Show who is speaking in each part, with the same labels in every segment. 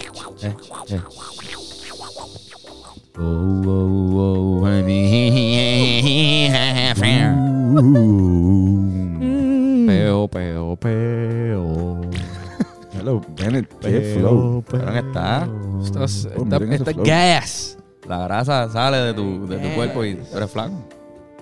Speaker 1: Uh.
Speaker 2: Peo, peo, peo.
Speaker 1: Hello, Bennett. Qué flow.
Speaker 2: Cabrón, Eh, oh, pues, está. Esto es-
Speaker 1: Oh,
Speaker 2: esta-
Speaker 1: miren ese
Speaker 2: esta es
Speaker 1: flow.
Speaker 2: gas.
Speaker 3: La grasa sale de tu, de tu
Speaker 2: Yes.
Speaker 3: cuerpo y tú eres flaco.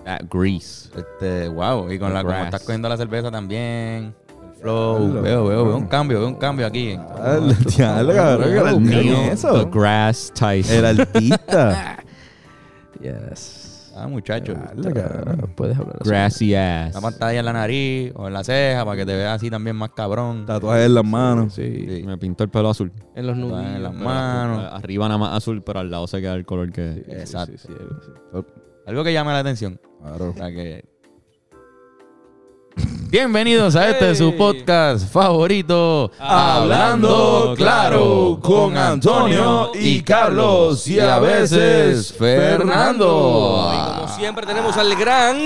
Speaker 2: Ah, grease.
Speaker 3: Este, wow. Y con
Speaker 2: The
Speaker 3: la como
Speaker 2: grass.
Speaker 3: estás cogiendo la cerveza también. El flow.
Speaker 1: Diablo,
Speaker 3: Veo, veo, veo un
Speaker 1: cabrón.
Speaker 3: cambio, veo un cambio aquí.
Speaker 1: Diablo, diablo, cabrón, que la buscaron
Speaker 2: Neil
Speaker 1: eso.
Speaker 2: deGrasse
Speaker 1: El
Speaker 2: Tyson.
Speaker 1: artista.
Speaker 2: Yes.
Speaker 3: Ah, muchacho.
Speaker 1: Diablo, cabrón.
Speaker 4: Puedes hablar así.
Speaker 2: Grassy ass.
Speaker 3: Una pantalla en la nariz o en la ceja para que te veas así también más cabrón.
Speaker 1: Tatuajes en las manos.
Speaker 4: Sí.
Speaker 3: Sí.
Speaker 2: Me pintó el pelo azul.
Speaker 4: En los nudillos.
Speaker 3: en las
Speaker 4: pero-
Speaker 3: manos.
Speaker 2: Arriba nada más azul, pero al lado se queda el color que.
Speaker 4: Sí, sí,
Speaker 3: Exacto.
Speaker 4: sí, sí, sí.
Speaker 3: Algo que llame la atención.
Speaker 1: Claro.
Speaker 3: para que- Bienvenidos a este su podcast favorito,
Speaker 1: Hablando Claro, con Antonio y Carlos, y a veces
Speaker 4: Y
Speaker 1: Fernando.
Speaker 4: como
Speaker 3: Ah.
Speaker 4: siempre tenemos al gran...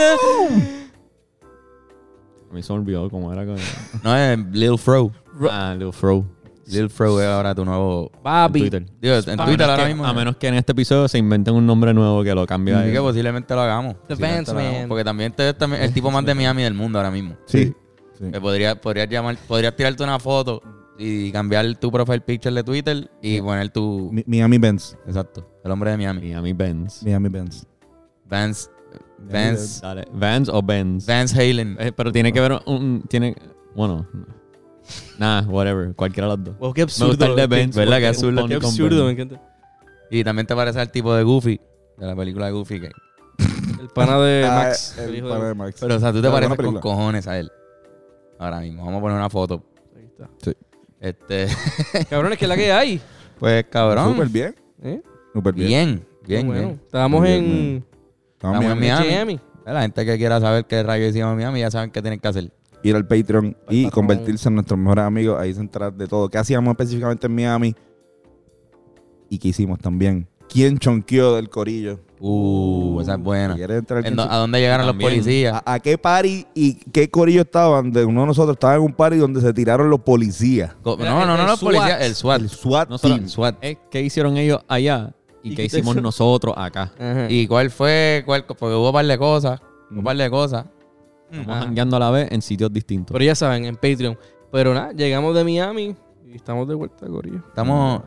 Speaker 2: A mí se me olvidó cómo era. que-
Speaker 3: No es Lil Fro.
Speaker 2: ah, Lil Fro.
Speaker 3: Lil Fro es ahora tu nuevo.
Speaker 2: En
Speaker 4: Papi.
Speaker 2: Twitter.
Speaker 3: Digo, en
Speaker 2: A
Speaker 3: Twitter
Speaker 2: menos
Speaker 3: ahora
Speaker 2: que-
Speaker 3: mismo. Mm,
Speaker 2: A menos que en este episodio se inventen un nombre nuevo que lo cambie. a
Speaker 3: Así que
Speaker 2: él.
Speaker 3: posiblemente lo hagamos.
Speaker 4: The
Speaker 3: Posiblemente
Speaker 4: Vance
Speaker 3: lo hagamos,
Speaker 4: Man.
Speaker 3: Porque también te ves también el tipo más de Miami del mundo ahora mismo.
Speaker 1: Sí. Sí.
Speaker 3: Que podría, podrías llamar, podrías tirarte una foto y cambiar tu profile picture de Twitter y poner tu.
Speaker 1: Mi- Miami Benz.
Speaker 3: Exacto. El hombre de Miami.
Speaker 2: Miami Benz.
Speaker 1: Miami Benz.
Speaker 3: Vance. Vance.
Speaker 2: Dale. Vans o Benz.
Speaker 3: Vance Halen.
Speaker 2: Eh, pero tiene que ver un. Tiene, bueno. no. Nah, whatever. Cualquiera de las dos.
Speaker 4: Wow, Pues qué
Speaker 2: Me gusta el
Speaker 4: absurdo.
Speaker 2: de Benz,
Speaker 4: Qué-
Speaker 2: ¿verdad? Qué
Speaker 4: qué-
Speaker 2: absurdo.
Speaker 4: Qué
Speaker 2: Con
Speaker 4: absurdo,
Speaker 2: Benz.
Speaker 4: me encanta.
Speaker 3: Y también te parece al tipo de Goofy, de la película de Goofy. que-
Speaker 4: El pana de
Speaker 1: Ah,
Speaker 4: Max. el
Speaker 1: El
Speaker 4: hijo de-
Speaker 1: pana de Max.
Speaker 3: Pero, o sea, tú te
Speaker 1: Pero buena
Speaker 3: pareces con
Speaker 1: película.
Speaker 3: cojones a él. Ahora mismo, vamos a poner una foto.
Speaker 4: Ahí está.
Speaker 3: Este,
Speaker 4: Cabrón, es que es la que hay.
Speaker 3: pues cabrón.
Speaker 1: Súper bien.
Speaker 4: ¿Eh?
Speaker 1: Súper bien.
Speaker 3: bien, bien,
Speaker 4: Pues Bueno,
Speaker 3: bien.
Speaker 4: Estábamos
Speaker 1: Bien,
Speaker 4: en
Speaker 1: Estamos
Speaker 3: Estamos
Speaker 1: bien.
Speaker 3: en Miami.
Speaker 4: Miami.
Speaker 3: La gente que quiera saber qué rayos hicimos en Miami ya saben qué tienen que hacer.
Speaker 1: ir al Patreon y
Speaker 4: Patreon.
Speaker 1: convertirse en nuestros mejores amigos. Ahí se entera de todo. ¿Qué hacíamos específicamente en Miami? ¿Y qué hicimos también? ¿Quién chonqueó del corillo?
Speaker 3: Uh, esa es buena.
Speaker 1: ¿Quieres entrar?
Speaker 3: ¿En
Speaker 1: quién
Speaker 3: do-
Speaker 1: chon-
Speaker 3: ¿A dónde llegaron
Speaker 2: También.
Speaker 3: los policías?
Speaker 1: ¿A, a qué party y qué corillo estaban? De uno de nosotros estaba en un party donde se tiraron los policías.
Speaker 3: Co-
Speaker 4: Mira,
Speaker 3: no, no,
Speaker 4: el-
Speaker 3: no,
Speaker 4: el
Speaker 3: los
Speaker 4: SWAT.
Speaker 3: policías, el SWAT.
Speaker 1: El SWAT
Speaker 2: No solo-
Speaker 1: team.
Speaker 3: SWAT.
Speaker 2: Eh, ¿Qué hicieron ellos allá y,
Speaker 4: ¿Y
Speaker 2: qué
Speaker 4: qué
Speaker 2: hicimos
Speaker 4: hizo?
Speaker 2: nosotros acá?
Speaker 4: Ajá.
Speaker 3: ¿Y cuál fue? Cuál, porque hubo un par de cosas.
Speaker 1: Mm.
Speaker 3: Un par de cosas.
Speaker 2: Estamos
Speaker 4: Mm, Ajá.
Speaker 2: jangueando a la vez en sitios distintos.
Speaker 4: Pero ya saben, en Patreon. Pero nada, llegamos de Miami y estamos de vuelta, Corillo.
Speaker 3: Estamos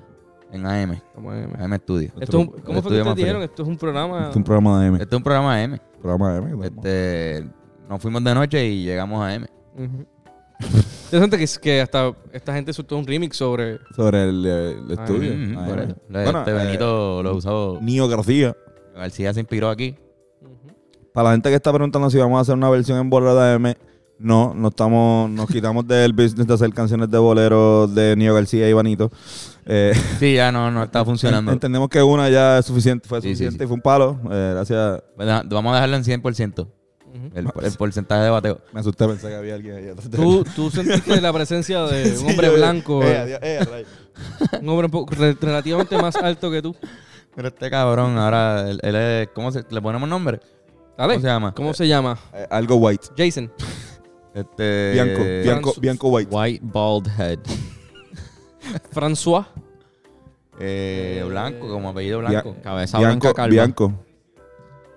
Speaker 3: en AM,
Speaker 4: Estamos en Miami.
Speaker 3: AM Studio.
Speaker 4: Esto es un- ¿Cómo fue que
Speaker 3: Ah, Estudio
Speaker 4: ustedes
Speaker 3: más
Speaker 4: dijeron?
Speaker 3: frío.
Speaker 4: Esto es un programa.
Speaker 1: Es un programa de M.
Speaker 3: Este es un programa AM.
Speaker 1: Programa de M.
Speaker 3: Este, nos fuimos de noche y llegamos a M.
Speaker 4: Ujú. Interesante que, que hasta esta gente soltó un remix sobre.
Speaker 1: Sobre el, eh, el
Speaker 4: Ah,
Speaker 1: estudio.
Speaker 3: Mm,
Speaker 1: Ah,
Speaker 3: por
Speaker 1: eh.
Speaker 3: eso.
Speaker 1: Bueno,
Speaker 3: este
Speaker 1: eh,
Speaker 3: Benito lo usó.
Speaker 1: Nio García.
Speaker 3: García se inspiró aquí.
Speaker 1: Para la gente que está preguntando si vamos a hacer una versión en bolero de M, no, no estamos, nos quitamos del business de hacer canciones de bolero de Nio García y Ivanito. Eh,
Speaker 3: Sí, ya no, no está funcionando.
Speaker 1: entendemos que una ya es suficiente, fue
Speaker 3: Sí, sí,
Speaker 1: suficiente
Speaker 3: sí.
Speaker 1: y fue un palo. Eh, gracias.
Speaker 3: Bueno, Pues, Vamos a dejarlo en 100%.
Speaker 4: Ujú.
Speaker 3: El, el porcentaje de bateo.
Speaker 1: Me asusté, pensé que había alguien allá. atrás.
Speaker 4: ¿Tú, tú sentiste la presencia de
Speaker 1: Sí,
Speaker 4: un hombre
Speaker 1: yo-
Speaker 4: blanco,
Speaker 1: Eh, adiós, eh, rayo.
Speaker 4: un hombre un poco- re- relativamente más alto que tú.
Speaker 3: Pero este cabrón ahora, él, él es, ¿cómo se, le ponemos nombre?
Speaker 4: ¿Sabes?
Speaker 3: ¿Cómo se llama?
Speaker 4: ¿Cómo se llama?
Speaker 1: Eh, algo white.
Speaker 4: Jason.
Speaker 3: Este,
Speaker 1: Bianco, Bianco,
Speaker 4: Franz-
Speaker 1: Bianco white.
Speaker 2: White bald head.
Speaker 4: François.
Speaker 3: eh, blanco, como apellido blanco.
Speaker 2: Cabeza
Speaker 1: Bianco,
Speaker 2: blanca, calva.
Speaker 1: Bianco,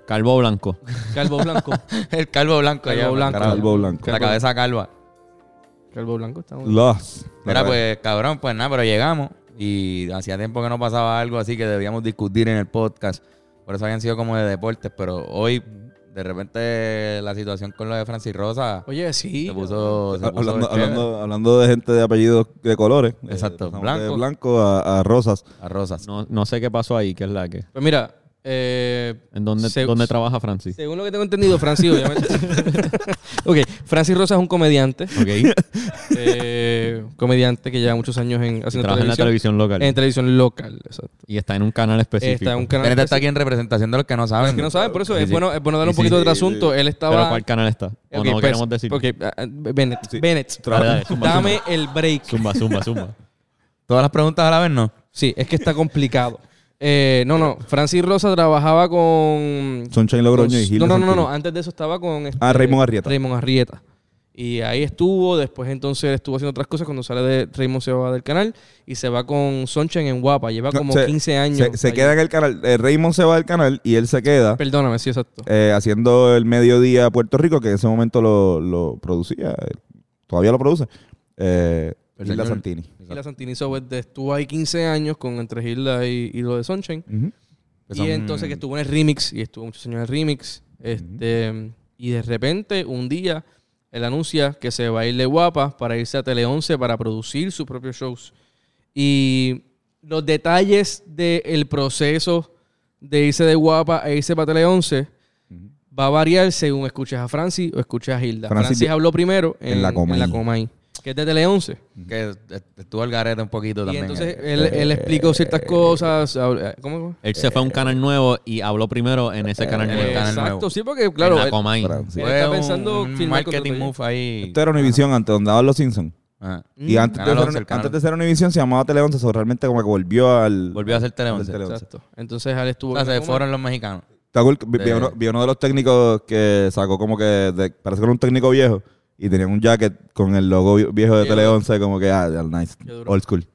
Speaker 2: Calvo blanco.
Speaker 4: Calvo blanco.
Speaker 3: El calvo blanco.
Speaker 4: Calvo
Speaker 3: allá,
Speaker 4: blanco.
Speaker 3: carajo.
Speaker 1: Calvo Blanco.
Speaker 3: La cabeza calva.
Speaker 4: Calvo blanco está muy
Speaker 1: Los.
Speaker 3: Mira, pues cabrón, pues nada, pero llegamos y hacía tiempo que no pasaba algo así que debíamos discutir en el podcast. Por eso habían sido como de deportes, pero hoy de repente la situación con lo de Francis Rosa
Speaker 4: Oye, sí.
Speaker 3: se puso, se puso
Speaker 1: Hablando,
Speaker 3: chévere.
Speaker 1: hablando, hablando de gente de apellidos de colores. Eh,
Speaker 3: Exacto,
Speaker 1: pasamos De
Speaker 3: blanco.
Speaker 1: blanco a, a rosas.
Speaker 3: a Rosas.
Speaker 2: No, no sé qué pasó ahí, qué es la que.
Speaker 4: Pues mira, eh,
Speaker 2: ¿En dónde,
Speaker 4: Se-
Speaker 2: dónde trabaja Francis?
Speaker 4: según lo que tengo entendido, Francis, obviamente. ok, Francis Rosa es un comediante.
Speaker 2: Ok.
Speaker 4: eh, comediante que lleva muchos años en, haciendo
Speaker 2: Trabaja en la televisión local.
Speaker 4: En televisión local, exacto.
Speaker 2: Y está en un canal específico.
Speaker 4: Está en un canal.
Speaker 3: Benete está aquí en representación de los que no saben.
Speaker 4: que no saben, por eso
Speaker 2: Sí,
Speaker 4: es,
Speaker 2: sí.
Speaker 4: bueno, es bueno darle un
Speaker 2: Sí,
Speaker 4: poquito
Speaker 2: sí.
Speaker 4: de asunto. Él estaba.
Speaker 2: Pero ¿cuál canal está? O
Speaker 4: Ok,
Speaker 2: no
Speaker 4: pues,
Speaker 2: queremos decir.
Speaker 4: ok, ah, ah, Bennett,
Speaker 1: Sí.
Speaker 4: Bennett,
Speaker 2: Dale, dale, zumba,
Speaker 4: dame el break.
Speaker 2: Zumba, zumba, zumba.
Speaker 3: Todas las preguntas a la vez no.
Speaker 4: Sí, es que está complicado. Eh, no, no, Francis Rosa trabajaba con.
Speaker 1: Sunshine Logroño y Gil.
Speaker 4: No, no, no, no,
Speaker 1: Santilli.
Speaker 4: no, antes de eso estaba con. este-
Speaker 1: Ah, Raymond Arrieta.
Speaker 4: Raymond Arrieta. Y ahí estuvo, después entonces estuvo haciendo otras cosas cuando sale de Raymond se va del canal y se va con Sonchen en Guapa, lleva
Speaker 1: No,
Speaker 4: como
Speaker 1: se-
Speaker 4: 15 años.
Speaker 1: Se, se
Speaker 4: allí.
Speaker 1: queda en el canal. eh, Raymond se va del canal y él se queda
Speaker 4: Perdóname, sí, exacto.
Speaker 1: eh, haciendo el mediodía a Puerto Rico, que en ese momento lo, lo producía. eh, Todavía lo produce. Eh,
Speaker 3: El
Speaker 1: Isla
Speaker 3: señor.
Speaker 1: Santini.
Speaker 4: Y la Santini Sober de- pues, estuvo ahí 15 años con Entre Hilda y, y lo de Sunshine.
Speaker 1: Ujú.
Speaker 3: Que son-
Speaker 4: y entonces que estuvo en el remix y estuvo muchos años en el remix. Este, Y de repente, un día, él anuncia que se va a ir de guapa para irse a Tele 11 para producir sus propios shows. Y los detalles del proceso de irse de guapa e irse para Tele 11 va a variar según escuches a Francis o escuches a Hilda.
Speaker 1: Francis
Speaker 4: Francis, habló primero en,
Speaker 1: en La
Speaker 4: la
Speaker 1: Comay.
Speaker 4: en la Comay, que es de Tele 11.
Speaker 3: Que est- estuvo al garete un poquito
Speaker 4: Y
Speaker 3: también.
Speaker 4: entonces
Speaker 3: eh.
Speaker 4: él, él explicó ciertas cosas. habl- ¿Cómo?
Speaker 2: Él se fue a un canal nuevo y habló primero en ese canal
Speaker 3: en el
Speaker 2: nuevo.
Speaker 3: canal
Speaker 4: Exacto,
Speaker 3: nuevo.
Speaker 4: sí, porque Eh, claro, eh,
Speaker 2: en la
Speaker 4: él-
Speaker 2: Comay.
Speaker 1: Francis.
Speaker 4: él
Speaker 3: Fue
Speaker 4: está
Speaker 3: un-
Speaker 4: pensando
Speaker 3: un
Speaker 4: firmar con
Speaker 3: marketing
Speaker 4: Total.
Speaker 3: move ahí.
Speaker 1: Esto era Univisión antes, donde daban los Simpsons.
Speaker 3: Ah.
Speaker 1: Y antes de,
Speaker 3: Canal
Speaker 1: ser,
Speaker 3: 11, el canal.
Speaker 1: antes de ser Univisión se llamaba Tele 11, eso realmente como que volvió al...
Speaker 3: Volvió a hacer Tele
Speaker 1: al
Speaker 3: 11.
Speaker 1: Tele 11.
Speaker 4: exacto. Entonces él estuvo.
Speaker 3: O sea, se
Speaker 4: ¿cómo?
Speaker 3: fueron los mexicanos.
Speaker 1: ¿Te acuerdas que vi, vi
Speaker 3: Eh.
Speaker 1: uno, vi uno de los técnicos que sacó como que... de- parece que era un técnico viejo y tenía un jacket con el logo vi- viejo de
Speaker 4: Qué
Speaker 1: Tele
Speaker 4: duro.
Speaker 1: 11 como que, ah, nice,
Speaker 4: Qué duro.
Speaker 1: old school.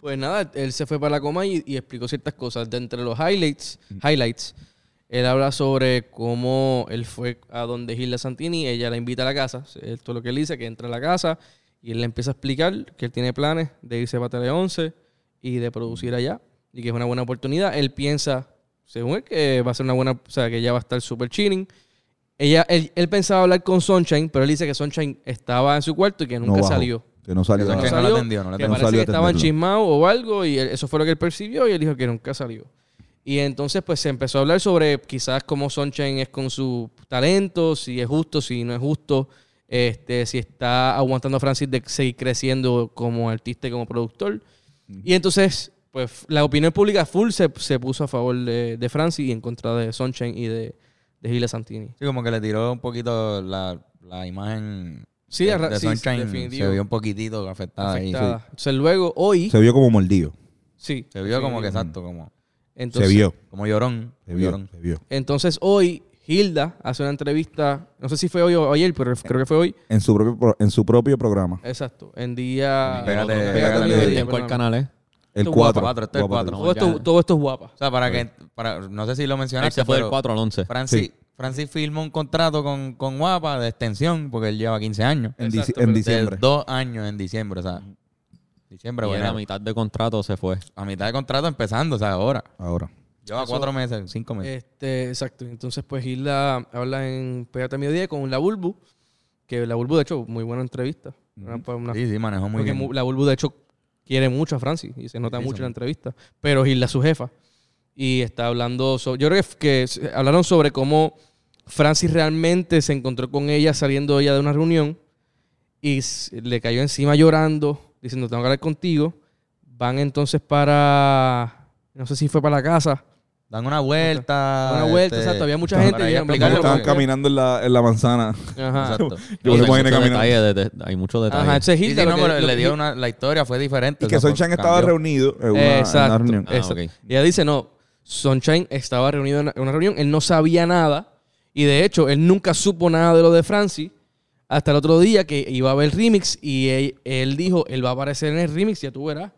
Speaker 4: Pues nada, él se fue para la coma y, y explicó ciertas cosas. De entre los highlights, highlights, él habla sobre cómo él fue a donde Hilda Santini, ella la invita a la casa. Esto es lo que él dice, que entra a la casa y él le empieza a explicar que él tiene planes de irse para Tele 11 y de producir allá y que es una buena oportunidad. Él piensa, según él, que va a ser una buena, o sea, que ella va a estar súper chilling. Ella, él, él pensaba hablar con Sunshine, pero él dice que Sunshine estaba en su cuarto y que
Speaker 1: No
Speaker 4: nunca
Speaker 1: bajó.
Speaker 4: salió
Speaker 1: Que no salió.
Speaker 3: Eso
Speaker 4: que
Speaker 3: es
Speaker 4: no
Speaker 3: que
Speaker 1: nada.
Speaker 3: no lo
Speaker 4: salió,
Speaker 3: atendió, no lo
Speaker 4: que
Speaker 3: atendió.
Speaker 1: No
Speaker 4: parece
Speaker 1: salió
Speaker 4: que
Speaker 1: a
Speaker 4: estaba
Speaker 1: atenderlo.
Speaker 4: enchismado o algo y él- eso fue lo que él percibió y él dijo que nunca salió. Y entonces pues se empezó a hablar sobre quizás cómo Sonchen es con su talento, si es justo, si no es justo, este, si está aguantando a Francis de seguir creciendo como artista y como productor. Y entonces pues la opinión pública full se, se puso a favor de, de Francis y en contra de Sonchen y de, de Gila Santini.
Speaker 3: Sí, como que le tiró un poquito la, la imagen
Speaker 4: Sí,
Speaker 3: de,
Speaker 4: arra-
Speaker 3: de
Speaker 4: sí,
Speaker 3: Sunshine.
Speaker 4: definitivo.
Speaker 3: se vio ah, un poquitito afectada, ahí.
Speaker 4: Afectada. Entonces luego, hoy,
Speaker 1: Se vio como mordido.
Speaker 4: sí.
Speaker 3: Se vio como que exacto,
Speaker 4: definitivo.
Speaker 3: como,
Speaker 1: Se
Speaker 4: Entonces,
Speaker 1: vio.
Speaker 3: como llorón.
Speaker 1: Se vio.
Speaker 3: llorón.
Speaker 1: Se vio.
Speaker 4: Entonces hoy Hilda hace una entrevista, no sé si fue hoy o ayer, pero creo que fue hoy.
Speaker 1: En su propio, pro- en su propio programa.
Speaker 4: Exacto, en día...
Speaker 3: Pégate,
Speaker 4: Pégate
Speaker 3: pégate
Speaker 4: al
Speaker 3: al
Speaker 4: mediodía,
Speaker 2: ¿En cuál
Speaker 4: perdóname.
Speaker 2: canal es?
Speaker 1: El
Speaker 4: Tú
Speaker 1: 4.
Speaker 3: cuatro, este es el cuatro.
Speaker 4: Todo esto, todo esto es guapa.
Speaker 3: O sea, para que, para, no sé si lo
Speaker 2: Él
Speaker 3: mencionaste,
Speaker 2: se fue del
Speaker 3: pero
Speaker 2: 4 al 11.
Speaker 3: Francis,
Speaker 1: Sí.
Speaker 3: Francis firmó un contrato con, con Guapa de extensión, porque él lleva 15 años.
Speaker 1: En,
Speaker 4: Exacto,
Speaker 1: dici-
Speaker 4: pero
Speaker 1: en
Speaker 4: de
Speaker 1: diciembre.
Speaker 3: De dos años en diciembre, o sea. Diciembre,
Speaker 2: Y
Speaker 3: bueno.
Speaker 2: era a mitad de contrato se fue.
Speaker 3: A mitad de contrato empezando, o sea, ahora.
Speaker 1: Ahora.
Speaker 3: Lleva
Speaker 4: Eso-
Speaker 3: cuatro meses, cinco meses.
Speaker 4: Este, exacto. Entonces, pues Hilda habla en Pégate al Mediodía con la Bulbu, que la Bulbu, de hecho, muy buena entrevista. Una- pues, una-
Speaker 3: sí, sí, manejó muy
Speaker 4: porque
Speaker 3: bien.
Speaker 4: mu- la Bulbu, de hecho, quiere mucho a Francis y se nota
Speaker 3: Sí,
Speaker 4: mucho
Speaker 3: son-
Speaker 4: en la entrevista. Pero Hilda es su jefa. Y está hablando sobre... Yo creo que, que s- hablaron sobre cómo Francis realmente se encontró con ella saliendo ella de una reunión y s- le cayó encima llorando, diciendo, tengo que hablar contigo. Van entonces para... No sé si fue para la casa.
Speaker 3: Dan una vuelta.
Speaker 4: Una vuelta,
Speaker 3: este,
Speaker 4: exacto. Había mucha
Speaker 3: para
Speaker 4: gente
Speaker 3: ahí
Speaker 4: y-
Speaker 3: explicarle
Speaker 1: Estaban
Speaker 4: porque-
Speaker 3: por qué.
Speaker 1: caminando en la, en la manzana.
Speaker 4: Ajá.
Speaker 3: Exacto.
Speaker 1: Yo me
Speaker 2: O sea,
Speaker 1: lo imaginé
Speaker 2: muchos
Speaker 1: caminando.
Speaker 2: detalles de- de- hay muchos detalles.
Speaker 4: Ajá, entonces
Speaker 3: Sí,
Speaker 4: Hilda
Speaker 3: sí,
Speaker 4: lo
Speaker 3: no,
Speaker 4: que-
Speaker 3: pero
Speaker 4: lo
Speaker 3: le
Speaker 4: que-
Speaker 3: dio una, la historia fue diferente.
Speaker 1: Y que
Speaker 3: o sea,
Speaker 1: Sonchan
Speaker 3: pues,
Speaker 1: estaba
Speaker 3: cambió.
Speaker 1: reunido en una, en una
Speaker 4: Exacto.
Speaker 1: reunión.
Speaker 2: Ah,
Speaker 4: exacto.
Speaker 2: ok.
Speaker 4: Y Ella dice, no, Sunshine estaba reunido en una reunión, él no sabía nada y de hecho él nunca supo nada de lo de Francis hasta el otro día que iba a haber el remix y él, él dijo, él va a aparecer en el remix, ya tú verás.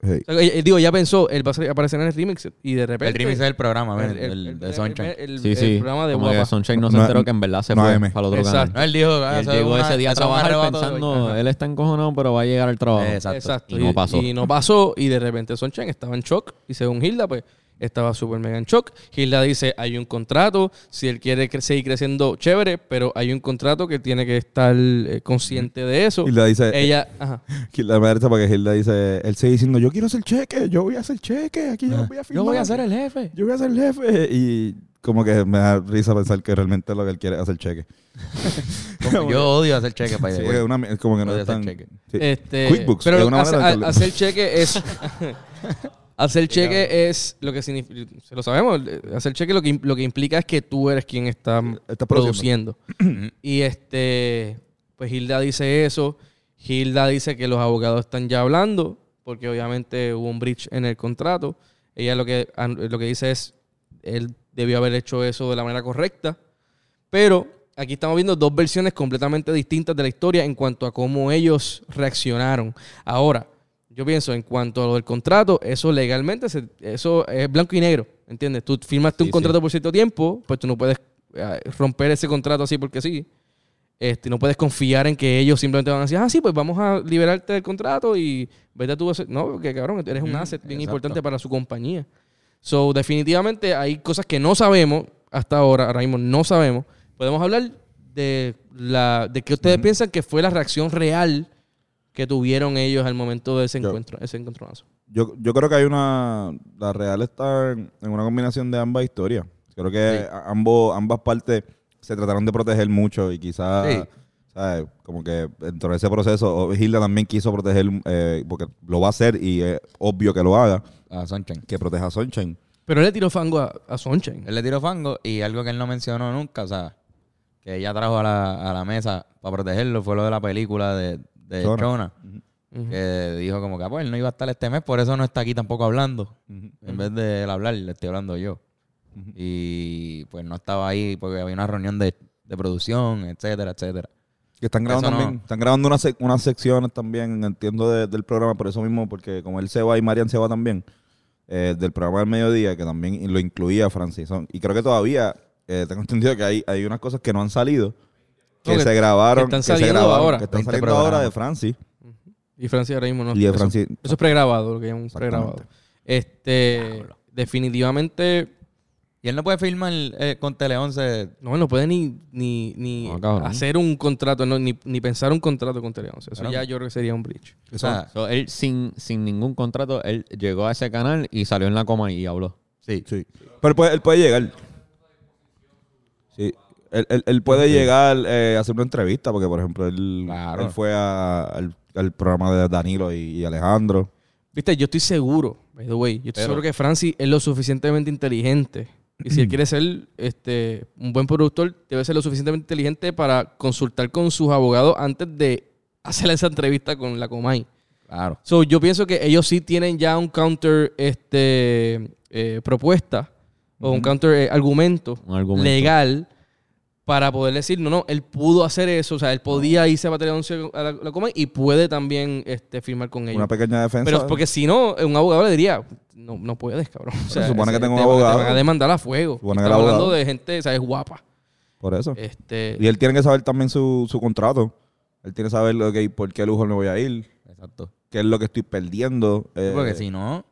Speaker 1: Hey.
Speaker 4: O sea, él, él dijo, ya pensó, él va a ser- aparecer en el remix y de repente...
Speaker 3: El remix es el programa,
Speaker 4: el-
Speaker 3: el, el,
Speaker 4: el-
Speaker 3: de Sunshine.
Speaker 4: el- el-
Speaker 2: Sí,
Speaker 4: el
Speaker 2: sí.
Speaker 4: programa de
Speaker 2: Como que
Speaker 4: Guapa.
Speaker 2: Sunshine no se
Speaker 1: No,
Speaker 2: enteró que en verdad se
Speaker 1: no,
Speaker 2: fue
Speaker 1: M.
Speaker 2: para el otro canal.
Speaker 4: Exacto.
Speaker 3: No, él dijo,
Speaker 2: Y
Speaker 3: ah,
Speaker 2: él
Speaker 3: eso es
Speaker 2: llegó
Speaker 3: una-
Speaker 2: ese día a
Speaker 3: eso es un
Speaker 2: trabajar
Speaker 3: arrebato de-
Speaker 2: pensando,
Speaker 3: Ajá.
Speaker 2: él está encojonado, pero va a llegar al trabajo.
Speaker 3: Exacto.
Speaker 4: Exacto.
Speaker 2: Y no pasó.
Speaker 4: Y no pasó. Y de repente Sonchen estaba en shock. Y según Hilda, pues estaba súper mega en shock. Hilda dice, hay un contrato. Si él quiere cre- seguir creciendo, chévere. Pero hay un contrato que tiene que estar eh, consciente de eso.
Speaker 1: Y le dice,
Speaker 4: Ella, ajá.
Speaker 1: Gilda me da risa porque Gilda dice, él sigue diciendo, yo quiero hacer cheque, yo voy a hacer cheque, aquí yo voy a firmar.
Speaker 3: el jefe.
Speaker 1: Yo voy a ser el jefe. Y como que me da risa pensar que realmente lo que él quiere es hacer cheque.
Speaker 3: Como- yo odio hacer cheque para
Speaker 1: Sí,
Speaker 3: ir.
Speaker 1: porque una mi- es como que no
Speaker 3: Voy a
Speaker 1: es
Speaker 3: hacer
Speaker 1: tan...
Speaker 3: cheque.
Speaker 1: sí.
Speaker 4: Este,
Speaker 1: QuickBooks,
Speaker 4: Pero
Speaker 1: de una
Speaker 4: hace-
Speaker 1: manera de hacerlo.
Speaker 4: a- hacer cheque es. hacer cheque es lo que significa. Se lo sabemos. eh, Hacer cheque lo que, im- lo que implica es que tú eres quien está,
Speaker 1: está produciendo.
Speaker 4: produciendo. y este. Pues Hilda dice eso. Hilda dice que los abogados están ya hablando. Porque obviamente hubo un breach en el contrato. Ella lo que, an- lo que dice es. Él debió haber hecho eso de la manera correcta. Pero aquí estamos viendo dos versiones completamente distintas de la historia en cuanto a cómo ellos reaccionaron. Ahora, yo pienso, en cuanto a lo del contrato, eso legalmente, se- eso es blanco y negro, ¿entiendes? Tú firmaste
Speaker 2: Sí,
Speaker 4: un contrato por cierto tiempo, pues tú no puedes eh, romper ese contrato así porque sí. Este, no puedes confiar en que ellos simplemente van a decir, ah, sí, pues vamos a liberarte del contrato y vete a tu... No, porque cabrón, eres un
Speaker 3: Mm,
Speaker 4: asset bien
Speaker 3: exacto.
Speaker 4: importante para su compañía. So, definitivamente hay cosas que no sabemos hasta ahora, ahora mismo no sabemos. Podemos hablar de la de qué ustedes piensan que fue la reacción real que tuvieron ellos al momento de ese
Speaker 1: Yo-
Speaker 4: encuentro, ese encontronazo.
Speaker 1: Yo, yo creo que hay una. La real está en, en una combinación de ambas historias. Creo que a- ambos, ambas partes se trataron de proteger mucho y quizás.
Speaker 3: Sí.
Speaker 1: ¿sabes? Como que dentro de ese proceso, o- Hilda también quiso proteger, eh, porque lo va a hacer y es obvio que lo haga,
Speaker 3: a Sunshine.
Speaker 1: que proteja a Sunshine.
Speaker 4: Pero él le tiró fango a, a Sunshine.
Speaker 3: Él le tiró fango y algo que él no mencionó nunca, o sea, que ella trajo a la, a la mesa para protegerlo fue lo de la película de, de
Speaker 1: Jonah.
Speaker 3: Jonah,
Speaker 4: Ujú.
Speaker 3: que dijo como que, "Ah, pues, él no iba a estar este mes, por eso no está aquí tampoco hablando. En vez de él hablar, le estoy hablando yo. Y pues no estaba ahí porque había una reunión de, de producción, etcétera, etcétera.
Speaker 1: Que están grabando
Speaker 3: Eso no-
Speaker 1: también, están grabando unas, sec- unas secciones también, entiendo, de- del programa, por eso mismo, porque como él se va y Marian se va también, eh, del programa del mediodía, que también lo incluía Francisón. Y creo que todavía, eh, tengo entendido que hay, hay unas cosas que no han salido, que
Speaker 4: No, que-
Speaker 1: se grabaron,
Speaker 4: que están
Speaker 1: se
Speaker 4: saliendo
Speaker 1: grabaron,
Speaker 4: ahora.
Speaker 1: que están
Speaker 3: 20
Speaker 1: saliendo
Speaker 3: programas.
Speaker 1: ahora de Francis.
Speaker 4: Y Francia ahora mismo no.
Speaker 1: y de
Speaker 4: eso-
Speaker 1: Francis,
Speaker 4: Eso es pregrabado, lo que llaman pregrabado.
Speaker 1: Exactamente.
Speaker 4: Este, definitivamente,
Speaker 3: Y él no puede firmar eh, con Tele 11
Speaker 4: no, no puede ni, ni, ni
Speaker 2: No, cabrón.
Speaker 4: hacer un contrato, no, ni, ni pensar un contrato con Tele 11. Eso
Speaker 3: Claro.
Speaker 4: ya yo creo que sería un breach.
Speaker 3: O sea,
Speaker 2: So, él sin, sin ningún contrato, él llegó a ese canal y salió en la coma y habló.
Speaker 3: sí.
Speaker 1: Pero él puede, él puede llegar. Sí. Él, él- él puede llegar eh, a hacer una entrevista, porque por ejemplo, él,
Speaker 3: Claro.
Speaker 1: él fue a- al, al programa de Danilo y, y Alejandro.
Speaker 4: Viste, yo estoy seguro, by the way, yo estoy seguro que Francis es lo suficientemente inteligente. Y si él quiere ser este, un buen productor, debe ser lo suficientemente inteligente para consultar con sus abogados antes de hacer esa entrevista con la Comay.
Speaker 3: claro.
Speaker 4: So, yo pienso que ellos sí tienen ya un counter este, eh, propuesta o un counter eh, argumento,
Speaker 2: Un argumento.
Speaker 4: legal para poder decir, no, no, él pudo hacer eso. O sea, él podía irse a Batalla 11 a la, la Comay y puede también este, firmar con ellos.
Speaker 1: Una pequeña defensa.
Speaker 4: Pero porque si no, un abogado le diría, no, no puedes, cabrón. O sea,
Speaker 1: supone que
Speaker 4: ese-
Speaker 1: tengo un
Speaker 4: te van-
Speaker 1: abogado.
Speaker 4: Te van a demandar a fuego.
Speaker 1: Supone que el
Speaker 4: Estamos hablando
Speaker 1: abogado.
Speaker 4: de gente, o sea, es guapa.
Speaker 1: Por eso.
Speaker 3: Eh,
Speaker 4: Este,
Speaker 1: Y él tiene que saber también su, su contrato. Él tiene que saber ok, por qué lujo me voy a ir,
Speaker 3: Exacto.
Speaker 1: qué es lo que estoy perdiendo. eh,
Speaker 3: porque si no,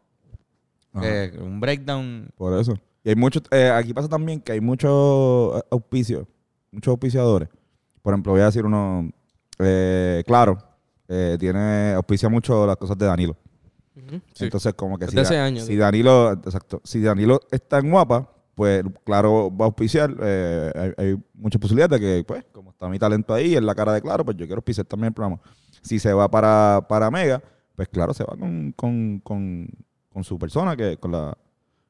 Speaker 1: ajá,
Speaker 3: eh, un breakdown
Speaker 1: Por eso. Y hay muchos, eh, aquí pasa también que hay muchos eh, auspicios, muchos auspiciadores. Por ejemplo, voy a decir uno, eh, claro, eh, tiene, auspicia mucho las cosas de Danilo.
Speaker 4: ujú, sí.
Speaker 1: Entonces, como que si,
Speaker 4: Desde hace
Speaker 1: Da-
Speaker 4: años.
Speaker 1: si Danilo, exacto, si Danilo está en guapa, pues claro, va a auspiciar. eh, hay, hay muchas posibilidades de que, pues, como está mi talento ahí, en la cara de claro, pues yo quiero auspiciar también el programa. Si se va para, para Mega, pues claro, se va con, con, con, con su persona, que con la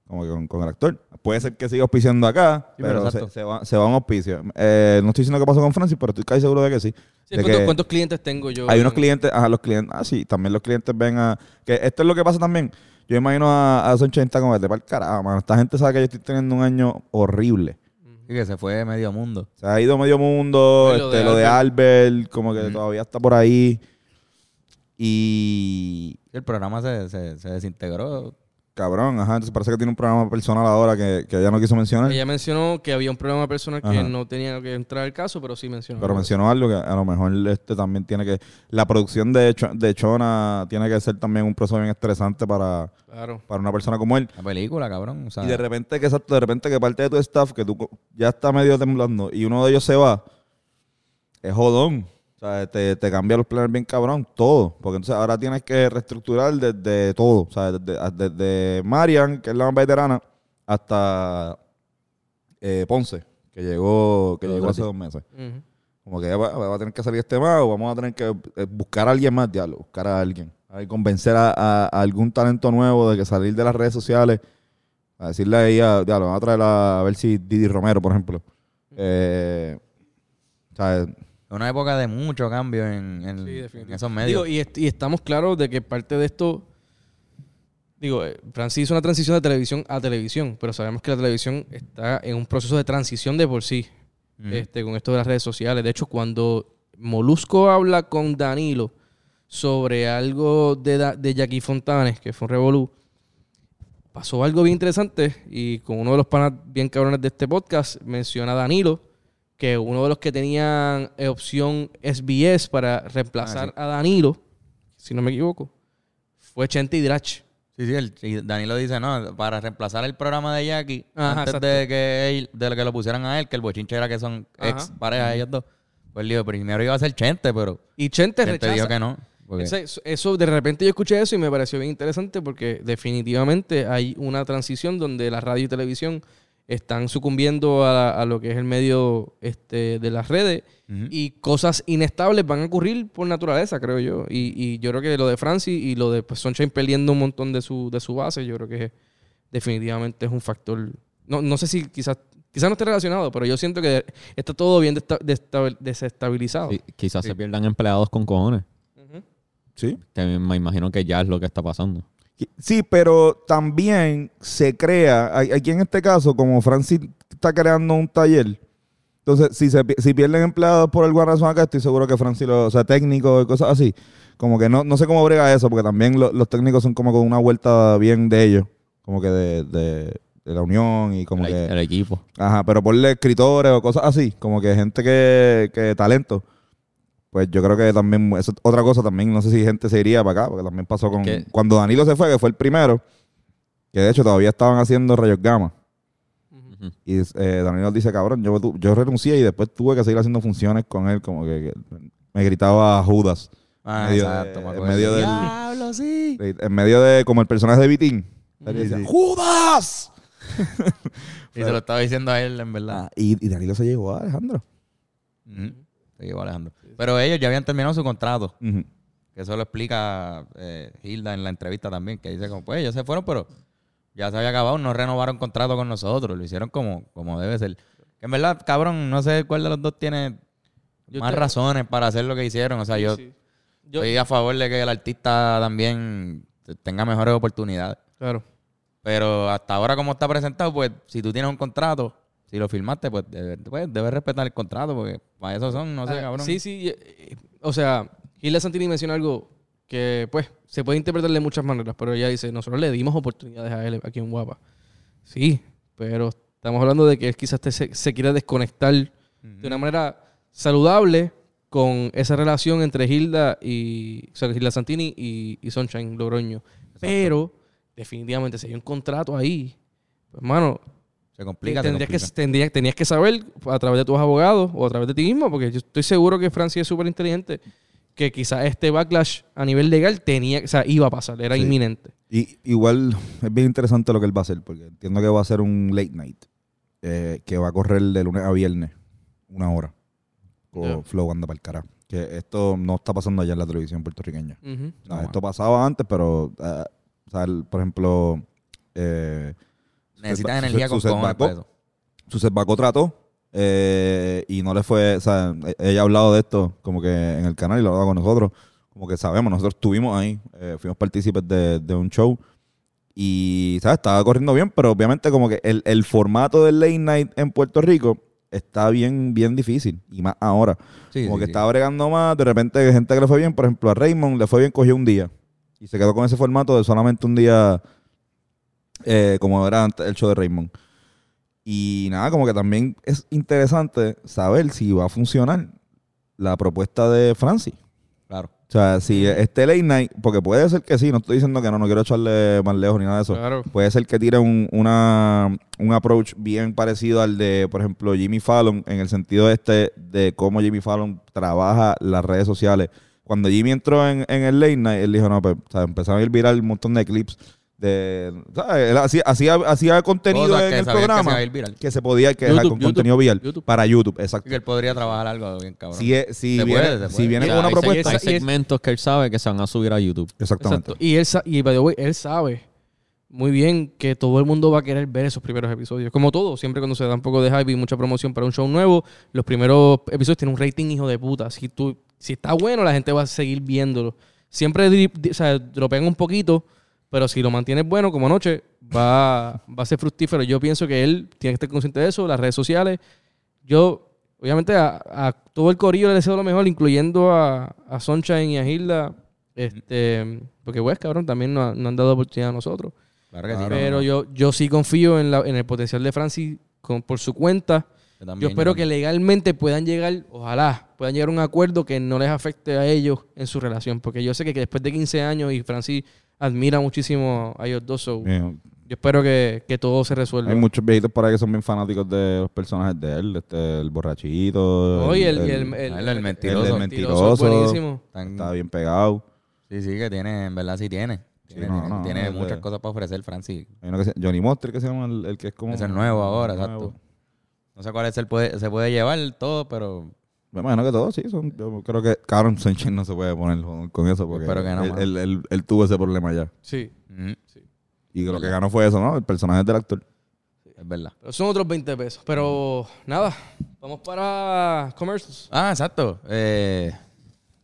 Speaker 1: como que con, con el actor. Puede ser que siga auspiciando acá,
Speaker 3: Sí, pero
Speaker 1: pero,
Speaker 3: exacto.
Speaker 1: se, se va, se va a un auspicio. Eh, no estoy diciendo que pasó con Francis, pero estoy casi seguro de que sí. de
Speaker 4: Sí, ¿cuántos,
Speaker 1: que-
Speaker 4: cuántos clientes tengo yo?
Speaker 1: hay unos
Speaker 4: en-
Speaker 1: clientes, ajá, los clientes, ah, sí, también los clientes ven a. Que esto es lo que pasa también. Yo imagino a, a Sonchen está como, vete para el carajo, mano. Esta gente sabe que yo estoy teniendo un año horrible.
Speaker 3: y que se fue de medio mundo.
Speaker 1: Se ha ido medio mundo,
Speaker 4: Y
Speaker 1: este, lo, de, Albert, como que todavía está por ahí. Y.
Speaker 3: El programa se, se, se desintegró.
Speaker 1: Cabrón, ajá, entonces parece que tiene un programa personal ahora que, que ella no quiso mencionar.
Speaker 4: Ella mencionó que había un problema personal que
Speaker 1: Ajá.
Speaker 4: no tenía que entrar al caso, pero sí mencionó.
Speaker 1: Pero mencionó algo que a lo mejor este también tiene que. La producción de, Cho- de Chona tiene que ser también un proceso bien estresante para,
Speaker 4: Claro.
Speaker 1: para una persona como él.
Speaker 3: La película, cabrón. O sea,
Speaker 1: Y de repente, que exacto, de repente que parte de tu staff, que tú co- ya está medio temblando y uno de ellos se va, es jodón. O sea, te, te cambia los planes bien cabrón, todo. Porque entonces ahora tienes que reestructurar desde todo. O sea, desde, a- desde Marian, que es la más veterana, hasta eh, Ponce, que llegó, que
Speaker 3: Los
Speaker 1: llegó
Speaker 3: otros
Speaker 1: hace
Speaker 3: días.
Speaker 1: dos meses.
Speaker 4: Ujú.
Speaker 1: Como que va, va a tener que salir este más o vamos a tener que eh, buscar a alguien más, diablo, buscar a alguien. A ver, convencer a, a- a algún talento nuevo de que salir de las redes sociales. A decirle ahí a, diablo, vamos a traer a, a ver si Didi Romero, por ejemplo. Eh, o sea,
Speaker 3: una época de mucho cambio en, en-
Speaker 4: Sí,
Speaker 3: en
Speaker 4: definitivamente.
Speaker 3: esos medios.
Speaker 4: Digo, y, est- y estamos claros de que parte de esto. Digo, eh, Francis hizo una transición de televisión a televisión, pero sabemos que la televisión está en un proceso de transición de por sí. este, con esto de las redes sociales. De hecho, cuando Molusco habla con Danilo sobre algo de, Da- de Jackie Fontanes, que fue un revolú, pasó algo bien interesante y con uno de los panas bien cabrones de este podcast menciona a Danilo, que uno de los que tenían eh, opción SBS para reemplazar a Danilo, si no me equivoco, fue Chente y Drach.
Speaker 3: Sí, sí, el- y Danilo dice, no, para reemplazar el programa de Jackie,
Speaker 4: Ajá,
Speaker 3: antes
Speaker 4: exacto.
Speaker 3: de que, él- de que lo pusieran a él, que el bochinche era que son
Speaker 4: Ajá.
Speaker 3: ex pareja ellos dos, pues le digo, primero iba a ser Chente, pero
Speaker 4: Y Chente,
Speaker 3: Chente
Speaker 4: rechaza.
Speaker 3: dijo que no. porque-
Speaker 4: Ese- Eso, de repente yo escuché eso y me pareció bien interesante porque definitivamente hay una transición donde la radio y televisión están sucumbiendo a, la- a lo que es el medio este, de las redes
Speaker 3: Ujú.
Speaker 4: y cosas inestables van a ocurrir por naturaleza, creo yo. Y, y yo creo que lo de Francis y lo de pues, Sunshine perdiendo un montón de su, de su base, yo creo que definitivamente es un factor. No, no sé si quizás quizás no esté relacionado, pero yo siento que está todo bien desta- destabil- desestabilizado.
Speaker 2: Sí, quizás se
Speaker 3: Sí.
Speaker 2: pierdan empleados con cojones.
Speaker 4: Ujú.
Speaker 1: Sí.
Speaker 2: Que me imagino que ya es lo que está pasando.
Speaker 1: Sí, pero también se crea, a- aquí en este caso, como Francis está creando un taller, entonces si, se, pi- si pierden empleados por alguna razón acá, estoy seguro que Francis, lo, o sea, técnico y cosas así, como que no, no sé cómo brega eso, porque también lo- los técnicos son como con una vuelta bien de ellos, como que de, de- de la unión y como
Speaker 2: el,
Speaker 1: que...
Speaker 2: el equipo.
Speaker 1: Ajá, pero ponle escritores o cosas así, como que gente que, que talento. Pues yo creo que también, eso es otra cosa también, no sé si gente se iría para acá, porque también pasó con...
Speaker 3: que-
Speaker 1: Cuando Danilo se fue, que fue el primero, que de hecho todavía estaban haciendo rayos gamma.
Speaker 2: Ujú.
Speaker 1: Y eh, Danilo dice, cabrón, yo, tu- yo renuncié y después tuve que seguir haciendo funciones con él, como que, que me gritaba Judas.
Speaker 3: Ah,
Speaker 1: medio
Speaker 3: exacto,
Speaker 1: de-
Speaker 3: me
Speaker 1: en
Speaker 3: acuerdo.
Speaker 1: medio del-
Speaker 3: ¡Diablo, sí!
Speaker 1: En medio de, como el personaje de Vitín. Él decía, ¡Judas!
Speaker 3: Y se lo estaba diciendo a él, en verdad.
Speaker 1: Ah, y, y Danilo se llegó a Alejandro. Ah.
Speaker 3: Ujú. Se llevó a Alejandro. Pero ellos ya habían terminado su contrato.
Speaker 1: Ujú.
Speaker 3: Que eso lo explica eh, Hilda en la entrevista también, que dice como, pues ellos se fueron, pero ya se había acabado, no renovaron contrato con nosotros, lo hicieron como, como debe ser. Que en verdad, cabrón, no sé cuál de los dos tiene
Speaker 4: Yo
Speaker 3: más
Speaker 4: te-
Speaker 3: razones para hacer lo que hicieron. O sea, yo
Speaker 4: Sí, sí. Yo-
Speaker 3: estoy a favor de que el artista también tenga mejores oportunidades.
Speaker 4: Claro.
Speaker 3: Pero hasta ahora, como está presentado, pues si tú tienes un contrato, si lo firmaste, pues debes, pues, debes respetar el contrato, porque para eso son, no sé,
Speaker 4: Ah,
Speaker 3: cabrón.
Speaker 4: Sí, sí. eh, eh, O sea, Hilda Santini menciona algo que, pues, se puede interpretar de muchas maneras, pero ella dice, nosotros le dimos oportunidades a él aquí en Guapa. Sí, pero estamos hablando de que él quizás te- se, se quiera desconectar de una manera saludable con esa relación entre Hilda y o sea, Hilda Santini y, y Sunshine Logroño. Pero, definitivamente, si hay un contrato ahí, pues, hermano,
Speaker 3: Se complica, se
Speaker 4: Eh, tendrías, que,
Speaker 3: complica.
Speaker 4: tendría- tenías que saber a través de tus abogados o a través de ti mismo, porque yo estoy seguro que Francia es súper inteligente, que quizás este backlash a nivel legal tenía, o sea, iba a pasar, era
Speaker 1: Sí.
Speaker 4: inminente.
Speaker 1: Y igual es bien interesante lo que él va a hacer, porque entiendo que va a ser un late night, eh, que va a correr de lunes a viernes, una hora, con
Speaker 4: Ya.
Speaker 1: Flow Anda para el carajo. Que esto no está pasando allá en la televisión puertorriqueña.
Speaker 4: Ujú.
Speaker 1: O sea,
Speaker 3: No,
Speaker 1: esto pasaba antes, pero, ah, o sea, el- por ejemplo, eh,
Speaker 3: Necesitas
Speaker 1: su-
Speaker 3: energía
Speaker 1: su-
Speaker 3: con
Speaker 1: su
Speaker 3: cojones para
Speaker 1: setback
Speaker 3: eso.
Speaker 1: Suset Bacó trató eh, y no le fue, o sea, e- ella ha hablado de esto como que en el canal y lo ha hablado con nosotros, como que sabemos, nosotros estuvimos ahí, eh, fuimos partícipes de, de un show y, ¿sabes? Estaba corriendo bien, pero obviamente como que el, el formato del late night en Puerto Rico está bien, bien difícil y más ahora,
Speaker 3: Sí,
Speaker 1: como
Speaker 3: sí,
Speaker 1: que
Speaker 3: sí.
Speaker 1: estaba bregando más, de repente gente que le fue bien, por ejemplo a Raymond le fue bien, cogió un día y se quedó con ese formato de solamente un día eh, como era antes el show de Raymond. Y nada, como que también es interesante saber si va a funcionar la propuesta de Francis.
Speaker 3: Claro.
Speaker 1: O sea, si este late night, porque puede ser que sí, no estoy diciendo que no, no quiero echarle más lejos ni nada de eso.
Speaker 4: Claro.
Speaker 1: Puede ser que tire un, una, un approach bien parecido al de, por ejemplo, Jimmy Fallon, en el sentido este de cómo Jimmy Fallon trabaja las redes sociales. Cuando Jimmy entró en, en el late night, él dijo, no, pues, o sea, empezaron a ir viral un montón de clips de... ¿sabes? Él hacía, hacía, hacía contenido
Speaker 3: Cosas
Speaker 1: en
Speaker 3: que
Speaker 1: el
Speaker 3: sabías que se
Speaker 1: programa
Speaker 3: iba a ir viral.
Speaker 1: que se podía que ajá,
Speaker 4: YouTube,
Speaker 1: con
Speaker 4: YouTube,
Speaker 1: contenido viral
Speaker 4: YouTube.
Speaker 1: para YouTube, exacto.
Speaker 3: Y que él podría trabajar algo bien cabrón.
Speaker 1: Si, es- si
Speaker 3: Se
Speaker 1: viene,
Speaker 3: puede, se
Speaker 1: si
Speaker 3: puede.
Speaker 1: viene
Speaker 3: Ya,
Speaker 1: con una
Speaker 2: hay, seg-
Speaker 1: propuesta...
Speaker 2: hay
Speaker 4: y es-
Speaker 2: segmentos que él sabe que se van a subir a YouTube.
Speaker 1: Exactamente.
Speaker 4: Exacto. Y él, sa- y, by the way, él sabe muy bien que todo el mundo va a querer ver esos primeros episodios. Como todo, siempre cuando se da un poco de hype y mucha promoción para un show nuevo, los primeros episodios tienen un rating hijo de puta. Si, tú, si está bueno, la gente va a seguir viéndolo. Siempre drip- di- o sea, dropean un poquito, pero si lo mantienes bueno como anoche, va, va a ser fructífero. Yo pienso que él tiene que estar consciente de eso, las redes sociales. Yo, obviamente a, a todo el corillo le deseo lo mejor, incluyendo a, a Sunshine y a Hilda. Este, porque West, cabrón, también nos no han dado oportunidad a nosotros.
Speaker 3: Claro que sí.
Speaker 4: Pero yo, yo sí confío en, la- en el potencial de Francis con, por su cuenta.
Speaker 3: Yo también,
Speaker 4: Yo espero
Speaker 3: yo
Speaker 4: que legalmente puedan llegar, ojalá, puedan llegar a un acuerdo que no les afecte a ellos en su relación. Porque yo sé que, que después de 15 años y Francis admira muchísimo a ellos dos. so,
Speaker 1: Mijo,
Speaker 4: yo espero que, que todo se
Speaker 1: Hay
Speaker 4: resuelva.
Speaker 1: Eh, muchos viejitos por ahí que son bien fanáticos de los personajes de él. Este, el borrachito.
Speaker 4: Oye, el, el-
Speaker 3: Ah, el
Speaker 4: el-
Speaker 3: mentiroso.
Speaker 4: el mentiroso es
Speaker 1: Mentiroso.
Speaker 4: buenísimo.
Speaker 3: Tan-
Speaker 1: Está bien pegado.
Speaker 3: Sí, sí, que tiene, en verdad sí tiene. Tiene,
Speaker 1: no,
Speaker 3: tiene-
Speaker 1: no,
Speaker 3: tiene
Speaker 1: no, es
Speaker 3: muchas
Speaker 1: de-
Speaker 3: cosas para ofrecer, Francis.
Speaker 1: Hay uno que se- Johnny Monster, que se llama el, el que es como.
Speaker 3: Es el nuevo ahora,
Speaker 1: nuevo.
Speaker 3: exacto. No sé cuál es el puede, se puede llevar todo, pero
Speaker 1: Me imagino que todos sí. Son, yo creo que Caron Sánchez no se puede poner jodón con eso porque
Speaker 3: Espero que no,
Speaker 1: él,
Speaker 3: mano.
Speaker 1: él- él- él tuvo ese problema ya.
Speaker 4: Sí.
Speaker 3: mm,
Speaker 1: Y lo que ganó fue eso, ¿no? El personaje del actor.
Speaker 3: es verdad.
Speaker 4: Pero son otros 20 pesos. Pero nada, vamos para commercials.
Speaker 3: Ah, exacto. Eh,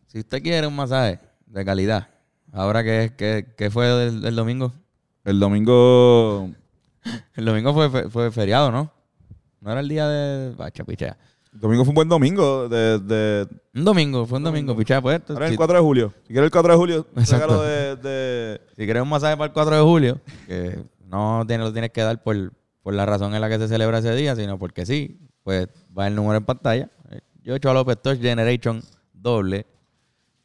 Speaker 3: si usted quiere un masaje de calidad, ahora que, que, que fue el, el domingo.
Speaker 1: El domingo.
Speaker 3: El domingo fue, fe- fue feriado, ¿no? No era el día de... Ah, chapichea.
Speaker 1: el domingo fue un buen domingo. De, de-
Speaker 3: Un domingo, fue un domingo, pichea, pues.
Speaker 1: ahora es
Speaker 3: si-
Speaker 1: el 4 de julio. Si quieres el 4 de julio, un
Speaker 3: Exacto.
Speaker 1: regalo de, de-
Speaker 3: Si quieres un masaje para el 4 de julio, que no tiene- lo tienes que dar por, por la razón en la que se celebra ese día, sino porque sí, pues va el número en pantalla. Eh, Yo echo a López Touch Generation doble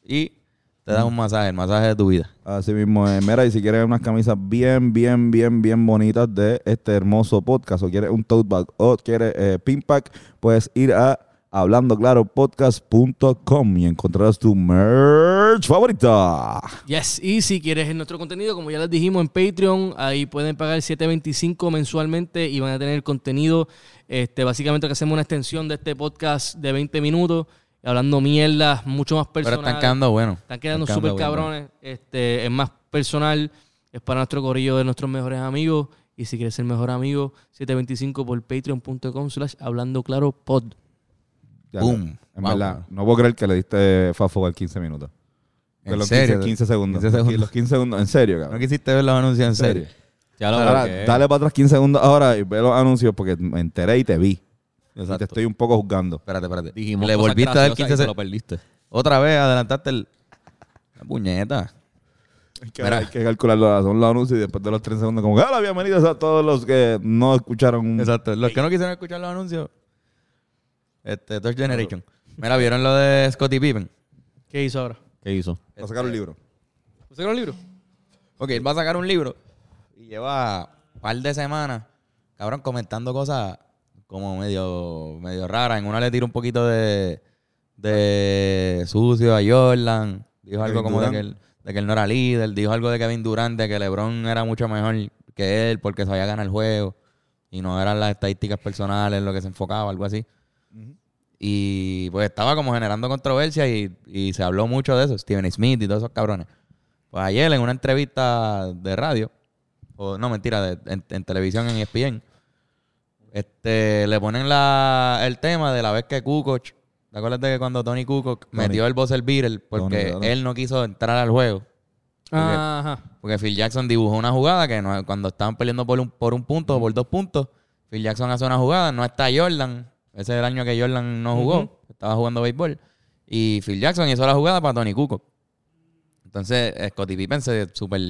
Speaker 3: y te da un masaje, el masaje de tu vida.
Speaker 1: Así mismo, es. mira, y si quieres unas camisas bien, bien, bien, bien bonitas de este hermoso podcast, o quieres un tote bag, o quieres eh, pin pack, puedes ir a hablandoclaropodcast.com y encontrarás tu merch favorita.
Speaker 4: Yes, y si quieres nuestro contenido, como ya les dijimos en Patreon, ahí pueden pagar 7.25 mensualmente y van a tener contenido. Este, básicamente que hacemos una extensión de este podcast de 20 minutos, hablando mierdas, mucho más
Speaker 3: Pero
Speaker 4: personal.
Speaker 3: están quedando buenos.
Speaker 4: Están quedando
Speaker 3: Están quedando
Speaker 4: súper
Speaker 3: buenos.
Speaker 4: cabrones. Este, es más personal, es para nuestro corrillo de nuestros mejores amigos. Y si quieres ser mejor amigo, 725 por patreon.com slash hablando claro pod.
Speaker 1: Ya,
Speaker 3: Boom.
Speaker 1: En
Speaker 3: Wow.
Speaker 1: verdad, no puedo creer que le diste fafo al 15 minutos.
Speaker 3: En
Speaker 1: los
Speaker 3: serio.
Speaker 1: 15, 15 segundos.
Speaker 3: 15 segundos.
Speaker 1: Los 15 segundos, en serio,
Speaker 3: No
Speaker 1: cabrón.
Speaker 3: quisiste ver los anuncios en serio.
Speaker 2: Ya lo
Speaker 1: Ahora,
Speaker 2: bloqueé.
Speaker 1: dale para atrás 15 segundos ahora y ve los anuncios porque me enteré y te vi. Y te
Speaker 3: Exacto.
Speaker 1: estoy un poco juzgando.
Speaker 3: Espérate, espérate.
Speaker 2: Dijimos
Speaker 3: Le
Speaker 2: cosas
Speaker 3: volviste a dar
Speaker 2: graciosas
Speaker 3: 15
Speaker 2: y te
Speaker 3: se-
Speaker 2: lo perdiste.
Speaker 3: Otra vez adelantaste el... la puñeta.
Speaker 1: Hay que,
Speaker 3: Mira.
Speaker 1: hay que calcularlo, son los anuncios y después de los 3 segundos como, hola, bienvenidos a todos los que no escucharon. un-".
Speaker 3: Exacto. Los que no quisieron escuchar los anuncios. Este, Touch Generation. Mira, ¿vieron lo de Scottie Pippen?
Speaker 4: ¿Qué hizo ahora?
Speaker 2: ¿Qué hizo?
Speaker 1: Va a sacar un libro.
Speaker 4: ¿Pusieron el libro?
Speaker 3: Ok, él va a sacar un libro y lleva un par de semanas, cabrón, comentando cosas como medio, medio raras. En una le tira un poquito de, de sucio a Jordan. Dijo algo
Speaker 1: Kevin
Speaker 3: como de
Speaker 1: Durant.
Speaker 3: que, él, de que él no era líder. Dijo algo de Kevin Durant, de que LeBron era mucho mejor que él porque sabía ganar el juego. Y no eran las estadísticas personales en lo que se enfocaba, algo así. Y pues estaba como generando controversia y, y se habló mucho de eso, Steven Smith y todos esos cabrones. Pues ayer en una entrevista de radio, o no mentira, de- en, en televisión en E ESPN, este, le ponen la, el tema de la vez que Kukoc, ¿te acuerdas de que cuando Tony Kukoc metió el buzzer beater porque
Speaker 1: Tony, claro.
Speaker 3: él no quiso entrar al juego?
Speaker 4: Ajá.
Speaker 3: Porque Phil Jackson dibujó una jugada que no- cuando estaban peleando por un, por un punto o por dos puntos, Phil Jackson hace una jugada, no está Jordan. Ese es el año que Jordan no jugó,
Speaker 4: Ujú.
Speaker 3: estaba jugando béisbol. Y Phil Jackson hizo la jugada para Tony Kukoc. Entonces, Scottie Pippen se super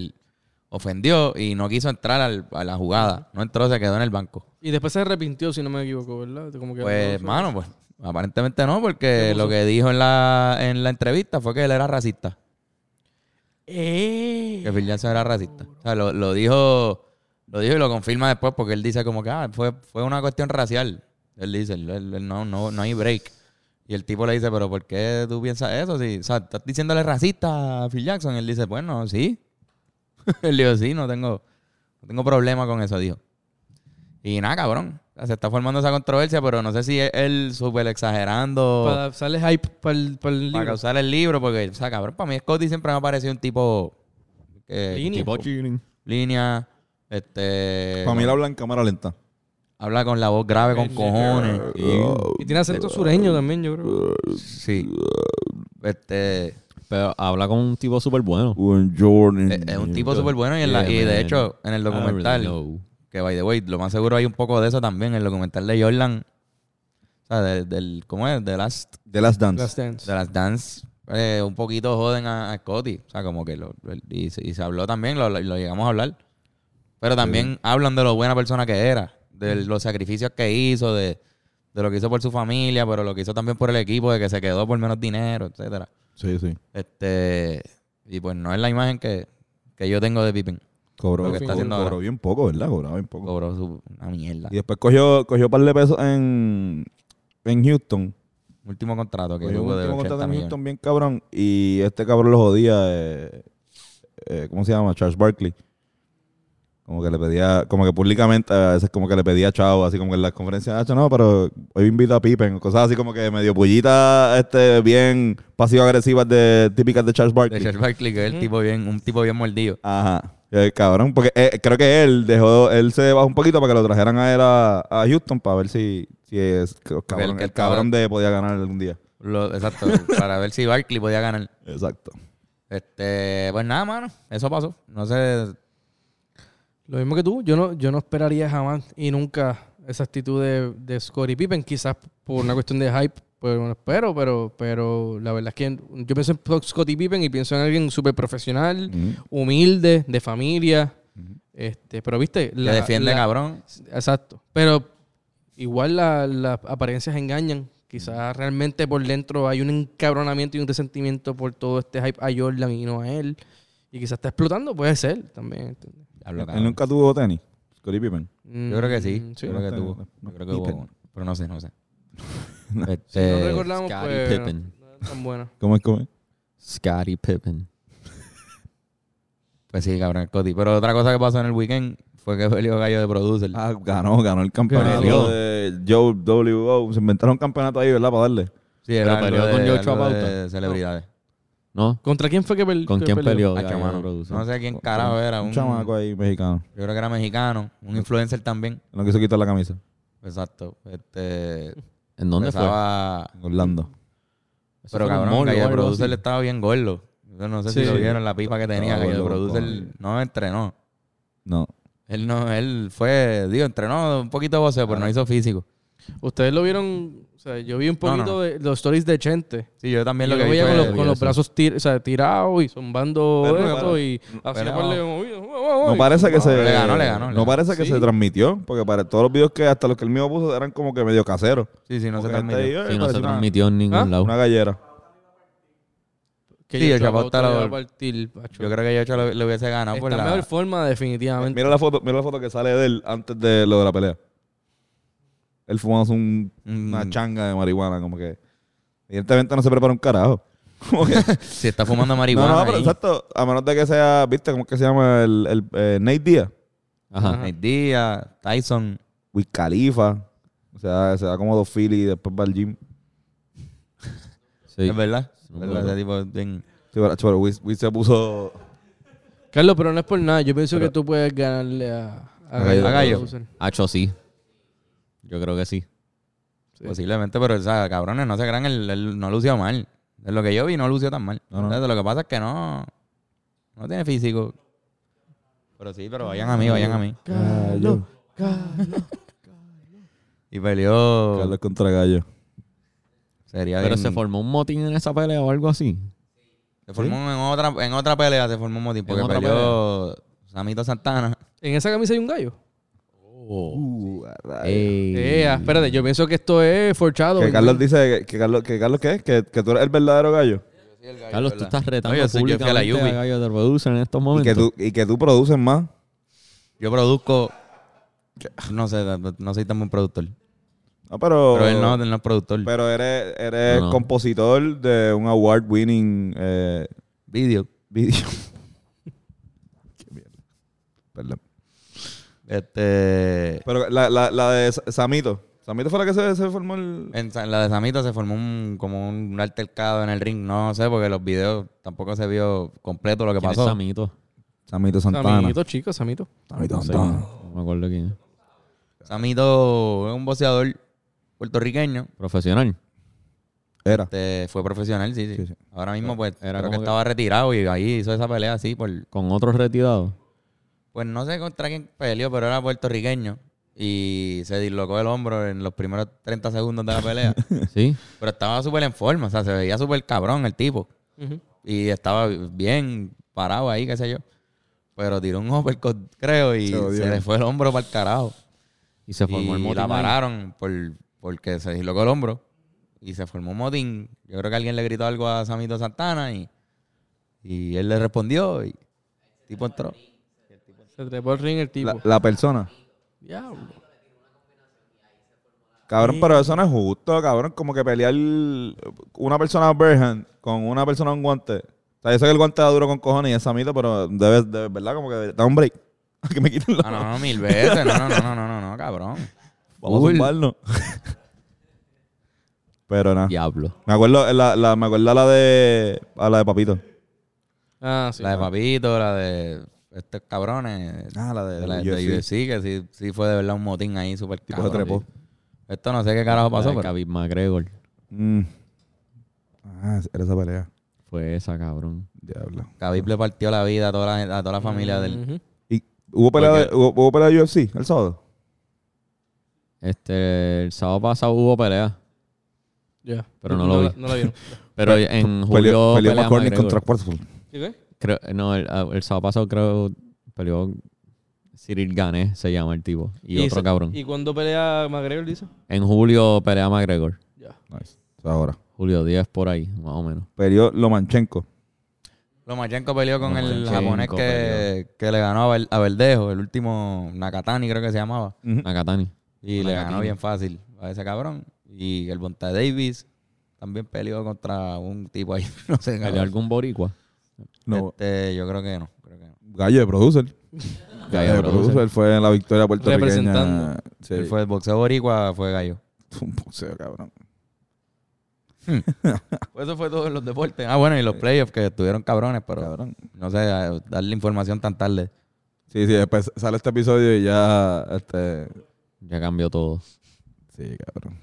Speaker 3: ofendió y no quiso entrar al- a la jugada. No entró, se quedó en el banco.
Speaker 4: Y después se arrepintió, si no me equivoco, ¿verdad? Como que
Speaker 3: Pues,
Speaker 4: no,
Speaker 3: mano, pues aparentemente no, porque
Speaker 4: puso?
Speaker 3: lo que dijo en la, en la entrevista fue que él era racista.
Speaker 4: ¡Eh!
Speaker 3: Que Phil Jackson era racista. O sea, lo, lo dijo lo dijo y lo confirma después porque él dice como que ah, fue, fue una cuestión racial. Él dice, él- él- él no, no, no hay break. Y el tipo le dice, pero ¿por qué tú piensas eso? Si, o sea, estás diciéndole racista a Phil Jackson. Él dice, bueno, sí. él dijo, sí, no tengo, no tengo problema con eso, dijo. Y nada, cabrón. O sea, se está formando esa controversia, pero no sé si es él súper exagerando
Speaker 4: Para darle hype para el, para
Speaker 3: para
Speaker 4: el libro.
Speaker 3: causar el libro, porque, o sea, cabrón, para mí Scotty siempre me ha parecido un tipo... que-
Speaker 4: Línea.
Speaker 2: Tipo chilling.
Speaker 3: línea, este
Speaker 1: Para mí la habla en cámara lenta.
Speaker 3: habla con la voz grave con cojones.
Speaker 1: Oh,
Speaker 3: y-
Speaker 4: Y tiene acento sureño también, yo creo.
Speaker 3: sí. Este
Speaker 2: Pero habla como un tipo súper bueno.
Speaker 1: Un Jordan.
Speaker 3: Eh, es es un tipo súper bueno y, en la-
Speaker 2: Yeah,
Speaker 3: y de
Speaker 2: man.
Speaker 3: hecho en
Speaker 4: Ah,
Speaker 3: el
Speaker 2: I really
Speaker 3: documental
Speaker 2: know.
Speaker 3: que by the way, lo más seguro hay un poco de eso también en el documental de Jordan. O sea, del, del- ¿cómo es? De Last,
Speaker 1: The Last Dance.
Speaker 4: Last Dance.
Speaker 3: de Last Dance, eh, un poquito joden a, a Scotty. O sea, como que lo, lo- y, se- y se habló también, lo, lo- lo llegamos a hablar. Pero también hablan de lo buena persona que era, de los sacrificios que hizo, de, de lo que hizo por su familia, pero lo que hizo también por el equipo, de que se quedó por menos dinero, etcétera.
Speaker 1: Sí, sí.
Speaker 3: Este, y pues no es la imagen que, que yo tengo de Pippen.
Speaker 1: Cobró,
Speaker 3: Lo que está
Speaker 1: cobró-
Speaker 3: haciendo
Speaker 1: cobró
Speaker 3: ahora.
Speaker 1: bien poco, ¿verdad? Cobraba bien poco.
Speaker 3: Cobró su, una mierda.
Speaker 1: Y después cogió, cogió un par de pesos en, en Houston.
Speaker 3: Último contrato que
Speaker 1: Cogió un
Speaker 3: tuvo de
Speaker 1: último
Speaker 3: 80
Speaker 1: contrato en Houston
Speaker 3: millones.
Speaker 1: bien cabrón. Y este cabrón lo jodía. eh, eh, ¿Cómo se llama? Charles Barkley. Como que le pedía, como que públicamente, a veces como que le pedía chao, así como que en las conferencias, "Acho, no, pero hoy invita a Pippen, cosas así como que medio pullitas, este, bien pasivo-agresivas de, típicas de Charles
Speaker 3: De
Speaker 1: Barkley.
Speaker 3: Charles Barkley, que es el tipo bien, un tipo bien mordido.
Speaker 1: Ajá. Eh, cabrón, porque eh, creo que él dejó, él se bajó un poquito para que lo trajeran a él a, a Houston para ver si, si es c- cabrón,
Speaker 3: el que
Speaker 1: el, cabrón de podía ganar algún día.
Speaker 3: Lo- exacto, para ver si Barkley podía ganar.
Speaker 1: Exacto.
Speaker 3: Este, pues nada, mano, eso pasó. No sé,
Speaker 4: Lo mismo que tú, yo no, yo no esperaría jamás y nunca esa actitud de, de Scottie Pippen, quizás por una cuestión de hype, pues no espero, pero, pero la verdad es que yo pienso en Scottie Pippen y pienso en alguien súper profesional, humilde, de familia, este, pero viste,
Speaker 3: le defiende
Speaker 4: la-
Speaker 3: cabrón.
Speaker 4: Exacto. Pero igual la- las apariencias engañan.
Speaker 3: Mm.
Speaker 4: Quizás realmente por dentro hay un encabronamiento y un resentimiento por todo este hype a Jordan y no a él. Y quizás está explotando, puede ser también. ¿entiendes?
Speaker 3: Hablo,
Speaker 1: Él
Speaker 3: cabrón.
Speaker 1: nunca tuvo tenis. Scottie Pippen.
Speaker 3: Yo creo que sí.
Speaker 4: Mm, sí.
Speaker 3: Yo creo que
Speaker 1: No,
Speaker 3: tuvo.
Speaker 1: no,
Speaker 3: Yo creo que hubo
Speaker 1: Pippen.
Speaker 3: uno. Pero no sé, no sé.
Speaker 4: Si
Speaker 3: Este,
Speaker 4: no recordamos,
Speaker 2: Scottie
Speaker 4: pues,
Speaker 2: Pippen.
Speaker 4: no era tan buena.
Speaker 1: ¿Cómo es? ¿Cómo es?
Speaker 2: Scottie Pippen.
Speaker 3: pues sí, cabrón, el Cody. Pero otra cosa que pasó en el weekend fue que Belio Gallo de producer.
Speaker 1: Ah, ganó, ganó el campeonato
Speaker 3: Ganó.
Speaker 1: de Joe WO. Se inventaron un campeonato ahí, ¿verdad? Para darle.
Speaker 3: sí, era
Speaker 2: pero peleó
Speaker 3: algo
Speaker 2: con
Speaker 3: de-
Speaker 2: Joe
Speaker 3: algo
Speaker 2: Travolta.
Speaker 3: de celebridades.
Speaker 2: ¿No?
Speaker 4: ¿Contra quién fue que pel-
Speaker 2: ¿Con
Speaker 4: que
Speaker 2: quién peleó?
Speaker 3: Ay,
Speaker 2: Gallo,
Speaker 3: chamano.
Speaker 2: producer?
Speaker 3: No sé quién carajo era.
Speaker 1: Un
Speaker 3: Un,
Speaker 1: chamaco ahí mexicano.
Speaker 3: Yo creo que era mexicano, un influencer también.
Speaker 1: No quiso quitar la camisa.
Speaker 3: Exacto. Este,
Speaker 2: ¿En dónde
Speaker 3: pesaba-
Speaker 1: En Orlando.
Speaker 3: Pero
Speaker 2: Eso fue en un
Speaker 3: cabrón,
Speaker 2: mall o
Speaker 3: Gallo
Speaker 2: algo
Speaker 3: Producer
Speaker 2: así.
Speaker 3: estaba bien gordo. Yo no sé
Speaker 4: Sí,
Speaker 3: si lo
Speaker 4: sí.
Speaker 3: vieron la pipa que tenía.
Speaker 1: Estaba
Speaker 3: Gallo
Speaker 1: gordo,
Speaker 3: Producer
Speaker 1: compadre.
Speaker 3: no entrenó.
Speaker 1: No.
Speaker 3: Él no, él fue, digo, entrenó un poquito de boxeo, pero no hizo físico.
Speaker 4: Ustedes lo vieron, o sea, yo vi un
Speaker 3: No, no,
Speaker 4: poquito
Speaker 3: no.
Speaker 4: de los stories de Chente.
Speaker 3: Sí, yo también
Speaker 4: Yo
Speaker 3: lo que
Speaker 4: lo
Speaker 3: vi
Speaker 4: veía con
Speaker 3: fue-
Speaker 4: los, con los brazos tir- o sea, tirados y zumbando
Speaker 1: Pero,
Speaker 4: esto
Speaker 1: pero,
Speaker 4: y hacía
Speaker 3: pero-
Speaker 4: por
Speaker 1: No parece que se.
Speaker 3: Le ganó, le ganó, le ganó.
Speaker 1: No parece que
Speaker 4: Sí.
Speaker 1: se transmitió. Porque para todos los videos que hasta los que el mío puso eran como que medio caseros.
Speaker 3: Sí, sí, no se
Speaker 1: Porque gente
Speaker 3: transmitió.
Speaker 1: ahí, eh,
Speaker 2: Sí, no
Speaker 1: parece
Speaker 2: se
Speaker 1: una-
Speaker 2: transmitió en ningún
Speaker 4: ¿Ah?
Speaker 2: lado.
Speaker 1: Una gallera.
Speaker 4: Que
Speaker 3: Sí,
Speaker 4: yo
Speaker 3: el Chapao está
Speaker 4: lo
Speaker 3: lo-
Speaker 4: iba a partir, macho.
Speaker 3: Yo creo que yo lo, lo hubiese ganado Ah, por
Speaker 4: Está en
Speaker 3: la...
Speaker 4: mejor forma, definitivamente.
Speaker 1: Mira la foto, mira la foto que sale de él antes de lo de la pelea. Él fumando un- una
Speaker 3: Mm.
Speaker 1: changa de marihuana, como que. Evidentemente no se prepara un carajo. Como que-
Speaker 3: Si está fumando
Speaker 1: no,
Speaker 3: marihuana
Speaker 1: no, pero
Speaker 3: ahí.
Speaker 1: exacto. A menos de que sea, ¿viste? ¿Cómo es que se llama? El, el eh, Nate Díaz.
Speaker 2: Ajá.
Speaker 3: Nate Diaz, Tyson.
Speaker 1: Wiz Khalifa. O sea, se da como dos Philly y después va al gym.
Speaker 2: Sí.
Speaker 3: Es verdad. Es
Speaker 2: No,
Speaker 3: verdad,
Speaker 2: no.
Speaker 3: ese tipo es bien...
Speaker 1: Sí, pero, pero Wiz- Wiz se puso.
Speaker 4: Carlos, pero no es por nada. Yo pienso que tú puedes ganarle a, a
Speaker 3: Gallo.
Speaker 4: Producer.
Speaker 2: Hacho sí. Yo creo que sí.
Speaker 3: Posiblemente, pero, o sea, cabrones, no se crean, él, él no lució mal. De lo que yo vi, no lució tan mal.
Speaker 1: No, no.
Speaker 3: Entonces, Lo que pasa es que no... No tiene físico. Pero sí, pero vayan a mí, vayan a mí.
Speaker 4: Carlos,
Speaker 3: Y peleó...
Speaker 1: Carlos contra Gallo.
Speaker 3: Sería
Speaker 2: Pero
Speaker 3: bien-
Speaker 2: se formó un motín en esa pelea o algo así.
Speaker 3: Se formó en, otra, en otra pelea, se formó un motín. Porque
Speaker 2: otra
Speaker 3: peleó Samito Santana.
Speaker 4: ¿En esa camisa hay un gallo?
Speaker 3: Oh.
Speaker 1: Uh, a rayos.
Speaker 2: Ey.
Speaker 4: Eh, espérate, yo pienso que esto es forchado.
Speaker 1: Que Carlos dice que, que Carlos, que Carlos ¿qué? Que, que tú eres el verdadero gallo.
Speaker 2: Carlos, tú estás retando
Speaker 3: No, yo soy- yo fui a la
Speaker 2: públicamente a
Speaker 3: UBI.
Speaker 2: Gallo de Producer en estos
Speaker 1: Y que,
Speaker 2: momentos.
Speaker 1: tú, y que tú produces más.
Speaker 3: Yo produzco... No sé, no soy tan buen productor.
Speaker 1: Ah, pero,
Speaker 3: Pero él no, él no es productor.
Speaker 1: pero eres, eres
Speaker 2: No, no.
Speaker 1: compositor de un award winning eh,
Speaker 3: Video.
Speaker 1: video. Qué mierda. Perdón.
Speaker 3: Este...
Speaker 1: Pero la, la, la de Sa- Samito. Samito fue la que se, se formó el.
Speaker 3: En Sa- la de Samito se formó un, como un altercado en el ring. No sé, porque los videos tampoco se vio completo lo que
Speaker 2: ¿Quién es
Speaker 3: pasó.
Speaker 2: Samito?
Speaker 1: Samito Santana. Samito,
Speaker 4: Samito, chicos, Samito.
Speaker 2: No sé,
Speaker 1: Santana.
Speaker 2: no me acuerdo quién es.
Speaker 3: Samito es un boxeador puertorriqueño.
Speaker 2: Profesional.
Speaker 1: Era.
Speaker 3: Este, fue profesional, sí, sí.
Speaker 1: Sí, sí.
Speaker 3: Ahora mismo, pues,
Speaker 2: Era
Speaker 3: creo
Speaker 2: como
Speaker 3: que,
Speaker 2: que-
Speaker 3: estaba retirado y ahí hizo esa pelea así por...
Speaker 2: Con otros retirados.
Speaker 3: Pues no sé contra quién peleó, pero era puertorriqueño. y se dislocó el hombro en los primeros 30 segundos de la pelea.
Speaker 2: ¿Sí?
Speaker 3: Pero estaba súper en forma, o sea, se veía súper cabrón el tipo.
Speaker 4: Ujú.
Speaker 3: Y estaba bien parado ahí, qué sé yo. Pero tiró un uppercut, creo, y
Speaker 1: Se
Speaker 3: se,
Speaker 1: jodió.
Speaker 3: le fue el hombro para el carajo.
Speaker 2: Y se formó el
Speaker 3: y
Speaker 2: motín.
Speaker 3: la
Speaker 2: ahí.
Speaker 3: pararon por, porque se dislocó el hombro. Y se formó un motín. Yo creo que alguien le gritó algo a Samito Santana y, y él le respondió y el tipo entró.
Speaker 4: Se trepó el ring el tipo.
Speaker 1: La, la persona.
Speaker 4: Diablo.
Speaker 1: Cabrón, pero eso no es justo, cabrón. Como que pelear una persona Berhan con una persona en guante. O sea, yo sé que el guante da duro con cojones y es Samito, pero debe, debe- ¿verdad? Como que da un break. que me quiten los...
Speaker 3: Ah, No, no, no, mil veces. No, no, no, no, no, no, no, cabrón.
Speaker 1: Vamos
Speaker 3: Full.
Speaker 1: a zumbarnos. pero nada.
Speaker 2: Diablo.
Speaker 1: Me acuerdo, eh, la, la- me acuerdo a la de, a la de Papito.
Speaker 4: Ah, sí.
Speaker 3: La de Papito, la de estos cabrones.
Speaker 1: Ah, la de-
Speaker 3: la
Speaker 1: yo sí. eh.
Speaker 3: de UFC, que sí, sí fue de verdad un motín ahí súper
Speaker 1: Tipo se
Speaker 3: cabrón.
Speaker 1: trepó.
Speaker 3: Esto no sé qué carajo pasó,
Speaker 2: La de
Speaker 3: pero...
Speaker 2: Khabib McGregor.
Speaker 1: Mm. Ah, era esa pelea.
Speaker 2: Fue esa, cabrón.
Speaker 1: Diablo.
Speaker 3: Khabib le partió la vida a toda la, gente- a toda la familia del...
Speaker 4: Ujú.
Speaker 1: ¿Y hubo pelea,
Speaker 3: Porque-
Speaker 1: de, hubo, hubo pelea de UFC el sábado?
Speaker 2: Este, el sábado pasado hubo pelea.
Speaker 4: Ya.
Speaker 2: Pero no lo
Speaker 4: la-
Speaker 2: vi.
Speaker 4: No la vieron.
Speaker 2: Pero en julio
Speaker 1: Peleó, peleó
Speaker 2: pelea
Speaker 1: McCormick
Speaker 2: McGregor.
Speaker 1: contra Quartzford.
Speaker 4: ¿Sí ve?
Speaker 2: Creo- no, el, ah, el sábado pasado creo peleó Cyril Gane, se llama el tipo. Y, otro
Speaker 4: se-
Speaker 2: cabrón.
Speaker 4: ¿Y cuando pelea McGregor, dice?
Speaker 2: En julio pelea McGregor.
Speaker 4: Ya.
Speaker 1: Nice. Ahora.
Speaker 2: Julio 10 por ahí, más o menos.
Speaker 1: Peleó Lomachenko.
Speaker 3: Lomachenko peleó con el
Speaker 2: Lomachenko
Speaker 3: japonés que, que le ganó a, Vel- a Verdejo, el último Nakatani creo que se llamaba.
Speaker 2: Nakatani.
Speaker 3: Y le ganó
Speaker 2: Nakatini.
Speaker 3: bien fácil a ese cabrón. Y el Bonta Davis también peleó contra un tipo ahí, no sé.
Speaker 2: ¿Peleó
Speaker 3: cabrón.
Speaker 2: algún boricua?
Speaker 1: No,
Speaker 3: Este, yo creo que no, creo que no.
Speaker 1: Gallo de producer.
Speaker 2: Gallo de producer.
Speaker 1: fue en la victoria puertorriqueña.
Speaker 4: Representando.
Speaker 1: Sí.
Speaker 3: Él fue el boxeo boricua, fue gallo.
Speaker 1: un boxeo, cabrón.
Speaker 3: Pues eso fue todo en los deportes. Ah, bueno, y los playoffs que estuvieron cabrones, pero
Speaker 1: Cabrón.
Speaker 3: no sé, a- darle información tan tarde.
Speaker 1: Sí, sí, después sale este episodio y ya, este...
Speaker 2: Ya cambió todo.
Speaker 1: Sí, cabrón.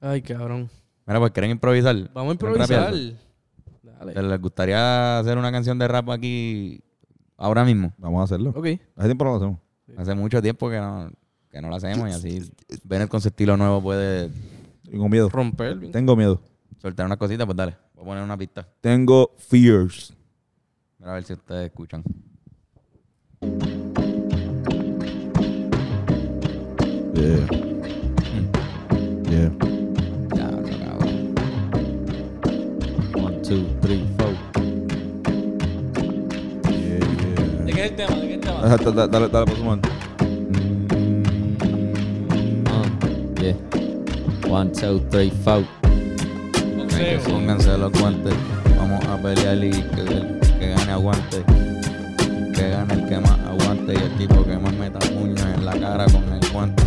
Speaker 4: Ay, cabrón.
Speaker 3: Mira, pues quieren improvisar.
Speaker 4: Vamos a
Speaker 3: ¿Quieren
Speaker 4: improvisar.
Speaker 3: rapear?
Speaker 4: Dale.
Speaker 3: ¿Les gustaría hacer una canción de rap aquí ahora mismo?
Speaker 1: Vamos a hacerlo.
Speaker 4: Ok.
Speaker 1: Hace tiempo no lo hacemos.
Speaker 3: Hace mucho tiempo que no, que no la hacemos y así Bennett con su estilo nuevo puede
Speaker 1: Tengo miedo.
Speaker 4: Romper. bien.
Speaker 1: Tengo miedo.
Speaker 3: soltar unas cositas, pues dale, voy a poner una pista.
Speaker 1: Tengo fears.
Speaker 3: Mira a ver si ustedes escuchan.
Speaker 1: Yeah. Yeah.
Speaker 3: Ya, lo cabrón.
Speaker 2: One, two, three, four.
Speaker 1: Yeah, yeah.
Speaker 4: ¿De qué es el tema? ¿De qué es el tema?
Speaker 1: Exacto, da- dale, dale, por su mano.
Speaker 2: Ah, yeah. One, two, three, four.
Speaker 3: Hay que
Speaker 4: Boxeo.
Speaker 3: pónganse los guantes. Vamos a pelear y que, el que gane aguante. Que gane el que más aguante y el tipo que más meta puños en la cara con el guante.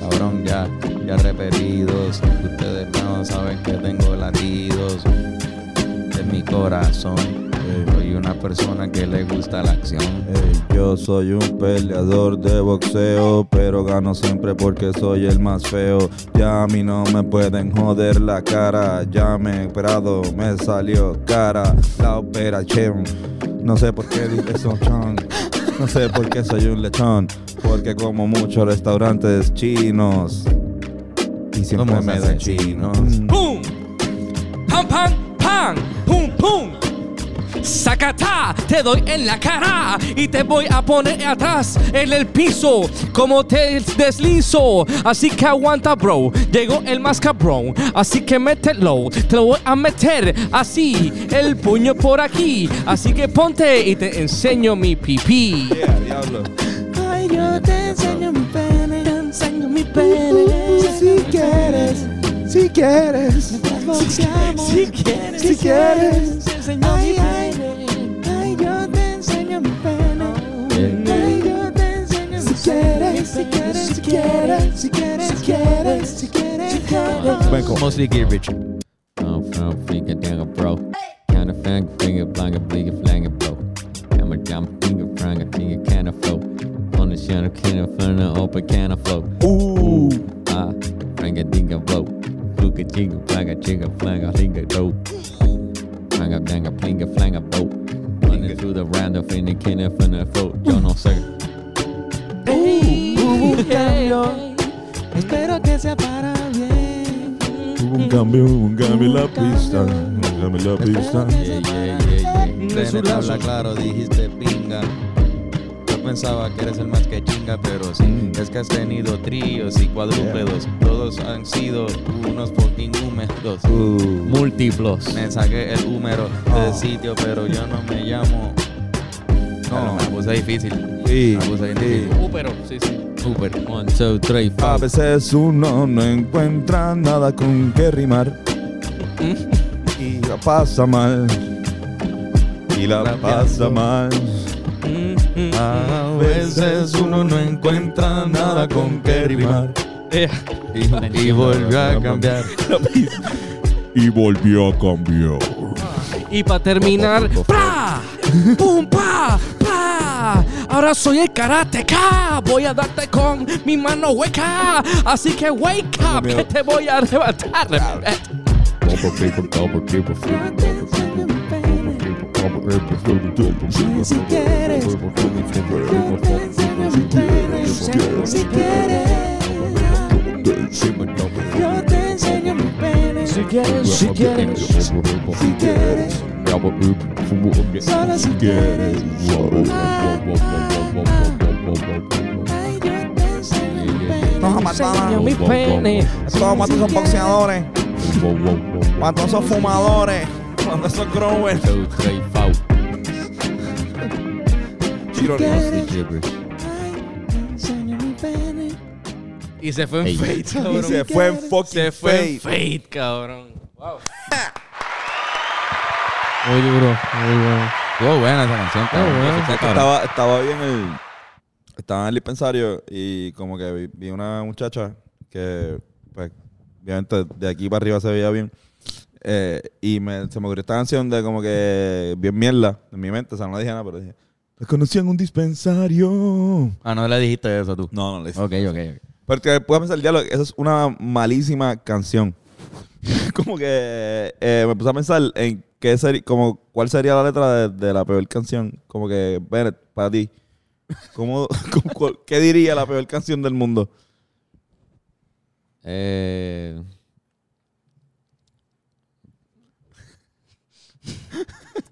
Speaker 3: Cabrón, ya, ya repetidos. Ustedes no saben que tengo latidos de mi corazón. Soy una persona que le gusta la acción.
Speaker 1: Ey, yo soy un peleador de boxeo, pero gano siempre porque soy el más feo. Ya a mí no me pueden joder la cara, ya me he operado, me salió cara la operación. No sé por qué dije eso, chon. No sé por qué soy un lechón, porque como muchos restaurantes chinos y siempre
Speaker 3: Somos
Speaker 1: me dan Mm, chinos.
Speaker 3: asesinos.
Speaker 5: ¡Pum! ¡Pam, pam, pam! ¡Pum, pum! ¡Sacatá! Te doy en la cara y te voy a poner atrás en el piso como te deslizo. Así que aguanta, bro. Llegó el más cabrón, así que mételo. Te lo voy a meter así, el puño por aquí. Así que ponte y te enseño mi pipí.
Speaker 1: Yeah, diablo.
Speaker 5: Ay, yo te enseño mi pene, te enseño mi pene. Si quieres, si quieres, si quieres, si quieres, te enseño mi pene. Ay, yo te enseño mi pene. Ay, yo te enseño mi pene. Si quieres, si quieres, si quieres, si quieres, si quieres, si quieres.
Speaker 3: Mostly Garbage.
Speaker 2: No, no, flicker, danga, bro. Counter fang, finger, blanca, bleaker, flanger, bro. Hammer down, finger, franga, tinga, canna, flow. On the shadow, canna, flana, open, canna, flow.
Speaker 1: Uh,
Speaker 2: Ah, franga, dinga, blow. Fluka, jinga, flanga, jinga, flanga, linga, dope. Franga, danga, flinga, flanga, boat. Running through the round of any canna, flana, flow. Yo no sé.
Speaker 5: Ey, uh, uh,
Speaker 2: cambio. Espero que sea para bien.
Speaker 1: Hubo un cambio, hubo un cambio en la pista. Un cambio en la pista.
Speaker 3: Yeah, yeah, yeah, yeah. Tenet habla claro, dijiste pinga. Yo pensaba que eres el más que chinga, pero sí.
Speaker 1: Mm.
Speaker 3: Es que has tenido tríos y cuadrúpedos. Todos han sido unos fucking húmedos.
Speaker 1: Uh,
Speaker 5: Múltiplos.
Speaker 3: Me saqué el húmero del sitio, pero yo no me llamo. No, me la puse difícil.
Speaker 1: Sí,
Speaker 3: Me la puse bien
Speaker 1: sí.
Speaker 3: difícil.
Speaker 5: Oh,
Speaker 4: Úpero, sí, sí.
Speaker 3: Súper.
Speaker 2: One, two, three,
Speaker 1: A
Speaker 2: four.
Speaker 1: veces uno no encuentra nada con que rimar. ¿Mm? Y la pasa mal. Y la pasa mal. A veces uno no encuentra nada con que rimar.
Speaker 5: Eh,
Speaker 3: Y volvió a cambiar.
Speaker 1: Y volvió a cambiar.
Speaker 5: Y para terminar, ¡pra! ¡Pum, pa! ¡pra! Ahora soy el karateka. Voy a darte con mi mano hueca. Así que wake up, que te voy a arrebatar.
Speaker 2: Copper paper, copper paper, flip, copper paper, copper paper, flip, copper paper,
Speaker 6: Si quieres,
Speaker 2: copper paper, flip, copper paper,
Speaker 6: Si quieres, yo te enseño mi pene. Si quieres, si quieres, si quieres,
Speaker 2: copper paper, flip, copper paper.
Speaker 6: solo si quieres. Ay, yo te enseño mi pene.
Speaker 1: Nos mataron.
Speaker 6: mi pene.
Speaker 1: Toma todos esos boxeadores, para todos esos fumadores, cuando esos growers.
Speaker 2: Two, three, four.
Speaker 1: Chiro,
Speaker 2: Mostly gibberish.
Speaker 6: Ay, te enseño mi pene.
Speaker 4: Y se fue en
Speaker 2: Ey.
Speaker 4: fade,
Speaker 1: Y
Speaker 4: cabrón.
Speaker 1: se fue en fucking
Speaker 4: Se fue
Speaker 1: fake.
Speaker 4: en fade, cabrón. Wow.
Speaker 5: Muy duro, muy bueno.
Speaker 3: Estuvo buena esa canción. cabrón.
Speaker 5: bueno.
Speaker 3: Eso está cabrón.
Speaker 1: Estaba, estaba bien el. Estaba en el dispensario y como que vi, vi una muchacha que, pues, obviamente de aquí para arriba se veía bien. Eh, y me, se me ocurrió esta canción de como que bien mierda en mi mente. O sea, no la dije nada, pero dije. La conocí en un dispensario. No,
Speaker 3: Ah, no le dijiste eso tú.
Speaker 1: no le dije.
Speaker 3: Ok, ok, ok.
Speaker 1: Porque puedo pensar el diálogo, esa es una malísima canción. como que eh, me puse a pensar en qué sería, como cuál sería la letra de, de la peor canción. Como que, Bennett, para ti. ¿Cómo, cómo- cuál- ¿Qué diría la peor canción del mundo?
Speaker 2: Eh,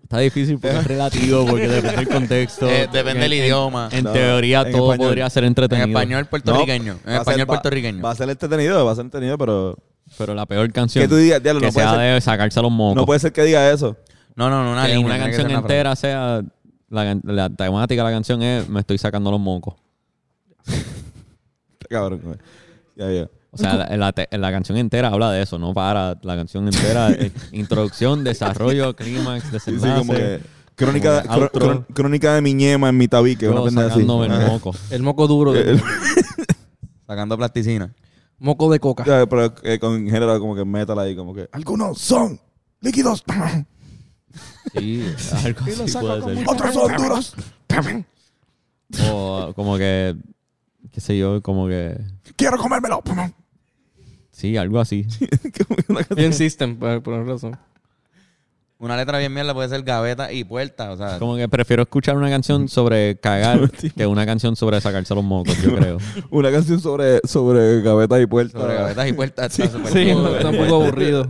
Speaker 2: Está difícil porque es relativo, porque depende del contexto.
Speaker 3: Eh, depende del
Speaker 2: En-
Speaker 3: idioma.
Speaker 2: En
Speaker 1: No,
Speaker 2: teoría
Speaker 1: en
Speaker 2: todo
Speaker 1: español.
Speaker 2: podría ser
Speaker 3: En
Speaker 2: entretenido.
Speaker 3: español puertorriqueño.
Speaker 1: No,
Speaker 3: en
Speaker 1: va a ser-
Speaker 3: español
Speaker 1: va-
Speaker 3: puertorriqueño.
Speaker 1: Va a ser entretenido, va a ser entretenido, pero.
Speaker 2: Pero la peor canción.
Speaker 1: ¿Qué tú dirías? Diablo,
Speaker 2: que
Speaker 1: no, puede
Speaker 2: sea
Speaker 1: ser,
Speaker 2: de sacarse los mocos.
Speaker 1: no puede ser que diga eso.
Speaker 3: no, no, no, una
Speaker 2: que
Speaker 3: línea.
Speaker 2: una
Speaker 3: tiene que ser
Speaker 2: canción
Speaker 3: una frase.
Speaker 2: entera sea... La, can- la temática de la canción es me estoy sacando los mocos.
Speaker 1: Cabrón, güey. Ya, ya.
Speaker 2: O sea, la, la te- la canción entera habla de eso, no para. La canción entera eh, introducción, desarrollo, clímax,
Speaker 1: Sí,
Speaker 2: desenlace.
Speaker 1: sí, como que. Crónica,
Speaker 2: Como que
Speaker 1: cro- cro-
Speaker 2: outro.
Speaker 1: crónica de mi ñema en mi tabique. Una
Speaker 2: yo
Speaker 1: pendeja así.
Speaker 2: sacándome el moco.
Speaker 4: El moco duro. De,
Speaker 3: Sacando plasticina.
Speaker 4: moco de coca.
Speaker 1: Ya, pero eh, con género como que metal ahí, como que algunos son líquidos,
Speaker 2: Sí, algo así puede ser.
Speaker 1: otros son duros.
Speaker 2: O como que, qué sé yo, como que...
Speaker 1: Quiero comérmelo.
Speaker 2: Sí, algo así.
Speaker 1: Como que una cosa-
Speaker 4: Bien system, por, por alguna razón.
Speaker 3: Una letra bien mierda puede ser gaveta y puerta. O sea,
Speaker 2: Como que prefiero escuchar una canción sobre cagar que una canción sobre sacarse los mocos, yo creo.
Speaker 1: una canción sobre, sobre gavetas y puertas.
Speaker 3: sobre gavetas y puertas. está súper
Speaker 4: Sí,
Speaker 3: cool.
Speaker 4: está un poco aburrido.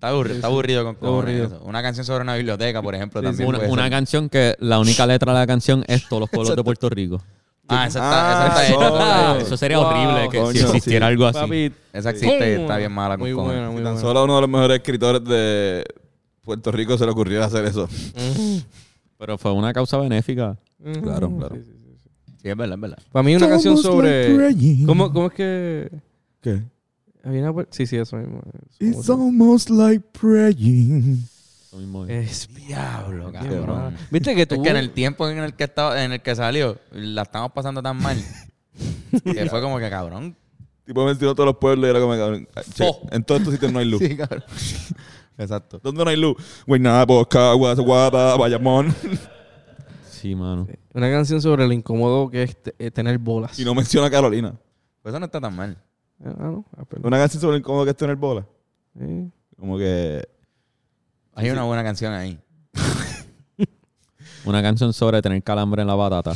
Speaker 3: Está aburrido, está aburrido con cojones
Speaker 4: aburrido.
Speaker 3: eso. Una canción sobre una biblioteca, por ejemplo, también.
Speaker 2: Una,
Speaker 3: puede
Speaker 2: una
Speaker 3: ser.
Speaker 2: canción que la única letra de la canción es todos los pueblos de Puerto Rico.
Speaker 3: Ah, esa está, esa
Speaker 1: Ah,
Speaker 3: está hecha.
Speaker 1: no.
Speaker 2: Eso sería
Speaker 4: Wow.
Speaker 2: horrible que si
Speaker 1: Coño,
Speaker 2: existiera
Speaker 1: sí.
Speaker 2: algo así.
Speaker 4: Papi.
Speaker 3: Esa existe,
Speaker 4: ¡pum!
Speaker 3: está bien mala con
Speaker 4: Muy
Speaker 3: cojones.
Speaker 4: buena, muy
Speaker 1: Tan
Speaker 4: buena.
Speaker 1: solo a uno de los mejores escritores de Puerto Rico se le ocurrió hacer eso.
Speaker 2: Pero fue una causa benéfica.
Speaker 1: Claro, claro.
Speaker 3: Sí, es verdad, es verdad.
Speaker 4: Para mí una
Speaker 6: Todos
Speaker 4: canción
Speaker 6: like
Speaker 4: sobre...
Speaker 6: praying.
Speaker 4: ¿Cómo, ¿Cómo es que...?
Speaker 1: ¿Qué?
Speaker 4: Había una... Sí, sí, eso mismo.
Speaker 6: It's almost like praying.
Speaker 2: Eso mismo
Speaker 1: Eh,
Speaker 2: es.
Speaker 4: Es
Speaker 3: Diablo,
Speaker 4: cabrón.
Speaker 3: cabrón.
Speaker 4: Viste que tú...
Speaker 3: Es que en el tiempo en el que estaba, en el que salió, la estamos pasando tan mal. que fue como que cabrón.
Speaker 1: Tipo mencionó todos los pueblos y era como cabrón. ah, che,
Speaker 4: Oh.
Speaker 3: Fo.
Speaker 1: En todos estos sitios no hay luz.
Speaker 3: Sí, cabrón. Exacto.
Speaker 1: ¿Dónde no hay luz? Guaynabo, Caguas, Guapa, Bayamón.
Speaker 2: Sí, mano.
Speaker 4: Una canción sobre lo incómodo que es te- eh, tener bolas.
Speaker 1: Y no menciona a Carolina.
Speaker 3: Pues eso no está tan mal.
Speaker 4: Ah, no. Ah, perdón.
Speaker 1: Una canción sobre el incómodo que es tener bola.
Speaker 4: Sí.
Speaker 1: Como que
Speaker 3: Hay una buena canción ahí.
Speaker 2: Una canción sobre tener calambre en la batata.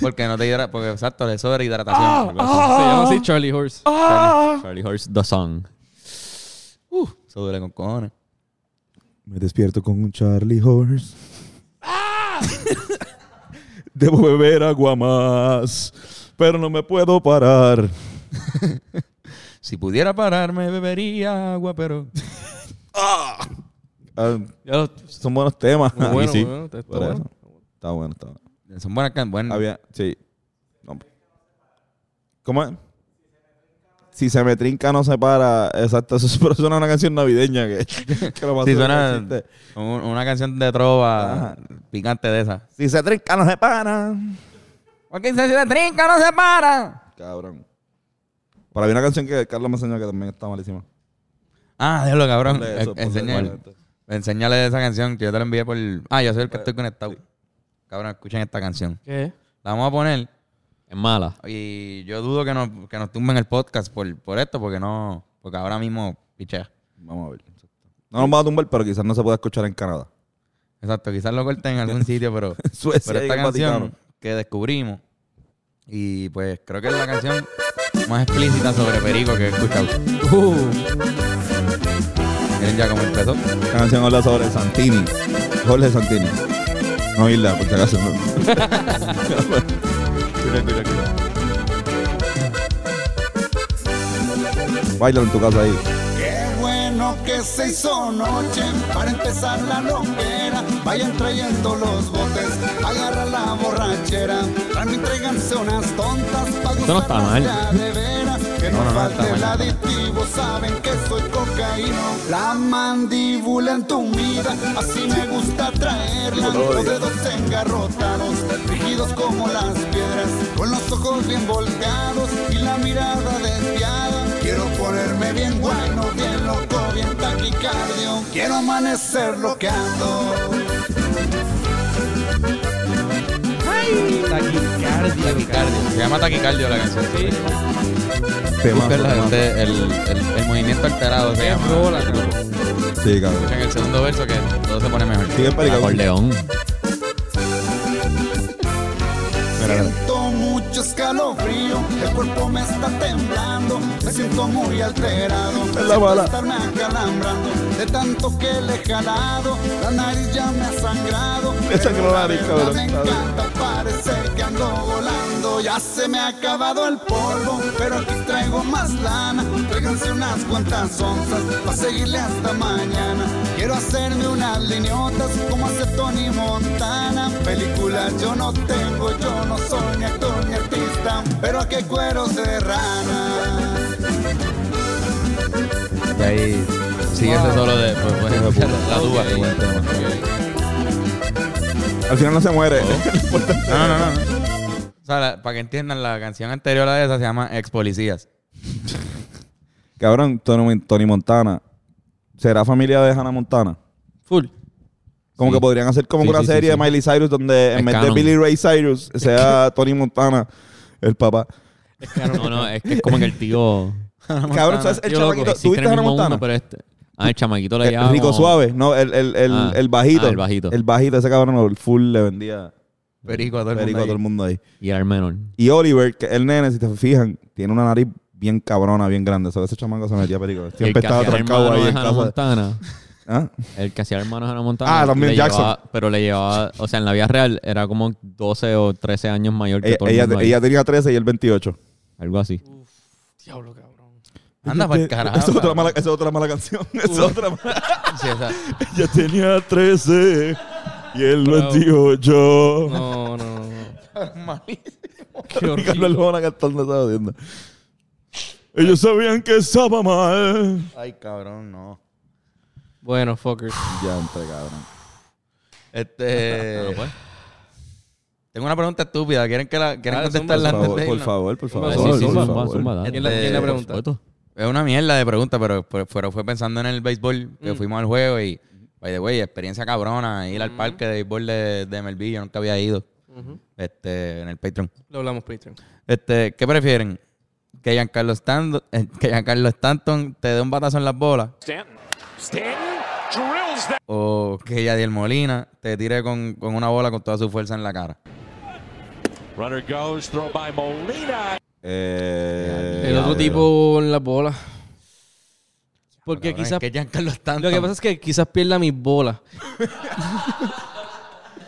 Speaker 3: Porque no te hidrata. Porque exacto, eso era hidratación. algo así.
Speaker 4: Se llama así Charlie Horse.
Speaker 3: Charlie-
Speaker 2: Charlie Horse, The Song.
Speaker 3: Eso duele con cojones.
Speaker 1: Me despierto con un Charlie Horse. ¡Ah! Debo beber agua más, pero no me puedo parar.
Speaker 3: Si pudiera pararme, bebería agua, pero.
Speaker 1: Ah,
Speaker 4: Ya lo-
Speaker 1: son buenos temas.
Speaker 4: Muy bueno,
Speaker 1: Ah, Y sí,
Speaker 4: muy bueno, está- está
Speaker 1: por
Speaker 4: bueno. Mm.
Speaker 1: eso. Está bueno, está bueno.
Speaker 3: Son buenas can- buen-
Speaker 1: Había, sí. No. ¿Cómo es? Si se me trinca, no se para. Exacto, eso, pero suena una canción navideña que, que lo más
Speaker 3: Sí,
Speaker 1: seguro
Speaker 3: suena
Speaker 1: existe.
Speaker 3: un- una canción de trova
Speaker 1: Ajá.
Speaker 3: picante de esa.
Speaker 1: Si se trinca, no se para.
Speaker 3: Porque si se trinca, no se para.
Speaker 1: Cabrón. Para mí una canción que Carlos me enseñó que también está malísima.
Speaker 3: Ah, déjalo, cabrón.
Speaker 1: Ponle eso,
Speaker 3: Eh,
Speaker 1: ponle
Speaker 3: Enséñale,
Speaker 1: eso.
Speaker 3: enséñale esa canción que yo te la envié por. Ah, yo soy el que
Speaker 1: Pues,
Speaker 3: estoy conectado. Cabrón, escuchen esta canción.
Speaker 4: ¿Qué?
Speaker 3: La vamos a poner.
Speaker 2: Es mala.
Speaker 3: Y yo dudo que nos, que nos tumben el podcast por, por esto, porque no. Porque ahora mismo, pichea.
Speaker 1: Vamos a ver. No nos va a tumbar, pero quizás no se pueda escuchar en Canadá.
Speaker 3: Exacto, quizás lo corten en algún sitio, pero,
Speaker 1: Suecia
Speaker 3: pero
Speaker 1: y
Speaker 3: esta
Speaker 1: el
Speaker 3: canción
Speaker 1: Vaticano.
Speaker 3: que descubrimos. Y pues creo que es la canción más explícita sobre Perico que he escuchado. Uh. Miren ya cómo empezó.
Speaker 1: Esta canción habla sobre Santini. Jorge Santini. No Isla, por si acaso. No. Mira, mira, mira. Baila en tu casa ahí.
Speaker 7: Qué bueno que se hizo noche para empezar la loquera. Vayan trayendo los botes, agarra la borrachera. También tráiganse unas tontas para
Speaker 2: Esto no está mal.
Speaker 7: de veras. Que no,
Speaker 3: No, no, no,
Speaker 7: falte
Speaker 3: está
Speaker 7: el
Speaker 3: mal,
Speaker 7: aditivo, saben que soy cocaíno. La mandíbula entumida, así me gusta traerla. Los dedos engarrotados, rígidos como las piedras. Con los ojos bien volteados y la mirada desviada. Quiero ponerme bien bueno, bien loco, bien taquicardio. Quiero amanecer loqueando.
Speaker 3: Taquicardio. Taquicardio. Se llama Taquicardio la canción. Sí.
Speaker 1: Temazo, temazo.
Speaker 3: el, el- el movimiento alterado se llama.
Speaker 1: Sí, cabrón.
Speaker 3: Escuchen el segundo verso que todo se pone mejor.
Speaker 1: Sigue
Speaker 2: El
Speaker 1: Perico.
Speaker 2: acordeón.
Speaker 7: Siento mucho escalofrío, el cuerpo me está temblando, me siento muy alterado, me
Speaker 1: la
Speaker 7: siento
Speaker 1: bala.
Speaker 7: estarme acalambrando, de tanto que le he jalado, la nariz ya me ha sangrado,
Speaker 1: Me sangró la nariz,
Speaker 7: pero la
Speaker 1: cabrón.
Speaker 7: verdad me encanta, parece que ando volando, ya se me ha acabado el polvo, pero aquí traigo más lana, tráiganse unas cuantas onzas, pa' seguirle hasta mañana, quiero hacerme unas lineotas, como hace Tony Montana, película yo no tengo, yo no soy ni actor ni artista, pero a qué cueros de rana.
Speaker 3: Y ahí sigue ese solo de pues, pues, la duda. este,
Speaker 1: Al final no se muere.
Speaker 3: Oh. No, no, no, no. O sea, la- para que entiendan, la canción anterior a esa se llama Ex Policías.
Speaker 1: Cabrón, Tony, Tony Montana. ¿Será familia de Hannah Montana?
Speaker 4: Full.
Speaker 1: Como
Speaker 2: Sí.
Speaker 1: que podrían hacer como
Speaker 2: Sí,
Speaker 1: una
Speaker 2: sí, sí,
Speaker 1: serie
Speaker 2: sí.
Speaker 1: de Miley Cyrus donde en
Speaker 2: Es
Speaker 1: vez de
Speaker 2: canon.
Speaker 1: Billy Ray Cyrus sea Tony Montana el papá.
Speaker 2: No, no, es que es como que el tío.
Speaker 1: Cabrón, ¿sabes? El
Speaker 2: tío loco.
Speaker 1: chamaquito. ¿Tú
Speaker 2: Existe
Speaker 1: viste
Speaker 2: en
Speaker 1: a
Speaker 2: el
Speaker 1: Hannah
Speaker 2: mismo mundo,
Speaker 1: Montana?
Speaker 2: pero este. Ah, el chamaquito le
Speaker 1: El
Speaker 2: llama.
Speaker 1: rico suave, no, el, el, el,
Speaker 2: Ah.
Speaker 1: el bajito.
Speaker 2: Ah, el bajito.
Speaker 1: El bajito, ese cabrón, el full le vendía
Speaker 3: Perico a todo el
Speaker 1: perico a todo el
Speaker 3: mundo.
Speaker 1: mundo ahí.
Speaker 2: Y el menor.
Speaker 1: Y Oliver, que el nene, si te fijan, tiene una nariz bien cabrona, bien grande. ¿Sabes? Ese chamanco se metía perico.
Speaker 2: El que
Speaker 1: Siempre estaba
Speaker 2: hacía el
Speaker 1: trancado
Speaker 2: hermano
Speaker 1: ahí
Speaker 2: de
Speaker 1: en
Speaker 2: Hannah
Speaker 1: casa.
Speaker 2: Montana.
Speaker 1: ¿Ah?
Speaker 2: El que hacía hermanos Hannah Montana.
Speaker 1: Ah, Ramiro
Speaker 2: le
Speaker 1: Jackson.
Speaker 2: llevaba- pero le llevaba, o sea, en la vida real era como 12 o 13 años mayor que
Speaker 1: Ella,
Speaker 2: todo el
Speaker 1: Eh, ella-
Speaker 2: mundo ahí.
Speaker 1: ella tenía 13 y él 28.
Speaker 2: Algo así.
Speaker 4: Diablo, cabrón.
Speaker 3: Anda para el
Speaker 1: Este-
Speaker 3: carajo.
Speaker 1: Esa es otra
Speaker 3: cabrón.
Speaker 1: mala, esa es otra mala canción. Esa es otra mala.
Speaker 3: Sí, esa-
Speaker 2: Ah,
Speaker 1: Ella tenía 13 y él
Speaker 4: Bravo.
Speaker 1: 28.
Speaker 4: No, no, no. Qué
Speaker 1: Y Carlos
Speaker 4: horrible.
Speaker 1: Lona cantando esa jodienda. Ellos sabían que estaba mal.
Speaker 3: Ay, cabrón, no.
Speaker 4: Bueno, fuckers.
Speaker 1: Ya entre, cabrón.
Speaker 3: Este.
Speaker 2: pues.
Speaker 3: Tengo una pregunta estúpida. ¿Quieren, que la, ¿quieren
Speaker 4: Ah,
Speaker 3: contestarla
Speaker 1: Por
Speaker 3: antes
Speaker 1: favor,
Speaker 3: de
Speaker 1: por
Speaker 3: irnos?
Speaker 1: favor, por favor.
Speaker 4: Sí,
Speaker 2: Sí, sí,
Speaker 4: zumba,
Speaker 2: zumba,
Speaker 1: por favor.
Speaker 2: zumba, dale.
Speaker 4: ¿Quién la,
Speaker 3: Este,
Speaker 4: quién la
Speaker 3: por
Speaker 4: pregunta?
Speaker 2: Foto.
Speaker 3: Es una mierda de pregunta, pero, pero- pero fue pensando en el béisbol. Que fuimos al juego y, by the way, experiencia cabrona. Ir al parque de béisbol de, de MLB. Yo nunca había ido.
Speaker 4: Ujú.
Speaker 3: Este, en el Patreon.
Speaker 4: Lo hablamos Patreon.
Speaker 3: Este, ¿qué prefieren? Que Giancarlo Stanton, eh, que Giancarlo Stanton te dé un batazo en las bolas
Speaker 6: Stanton. Stanton drills that.
Speaker 3: o que Yadiel Molina te tire con, con una bola con toda su fuerza en la cara.
Speaker 8: Runner goes, throw by Molina.
Speaker 1: Eh,
Speaker 4: El otro
Speaker 1: diablo.
Speaker 4: tipo en la bola. Porque
Speaker 3: Cabrón,
Speaker 4: quizás.
Speaker 3: es que Giancarlo Stanton.
Speaker 4: Lo que pasa es que quizás pierda mis bolas.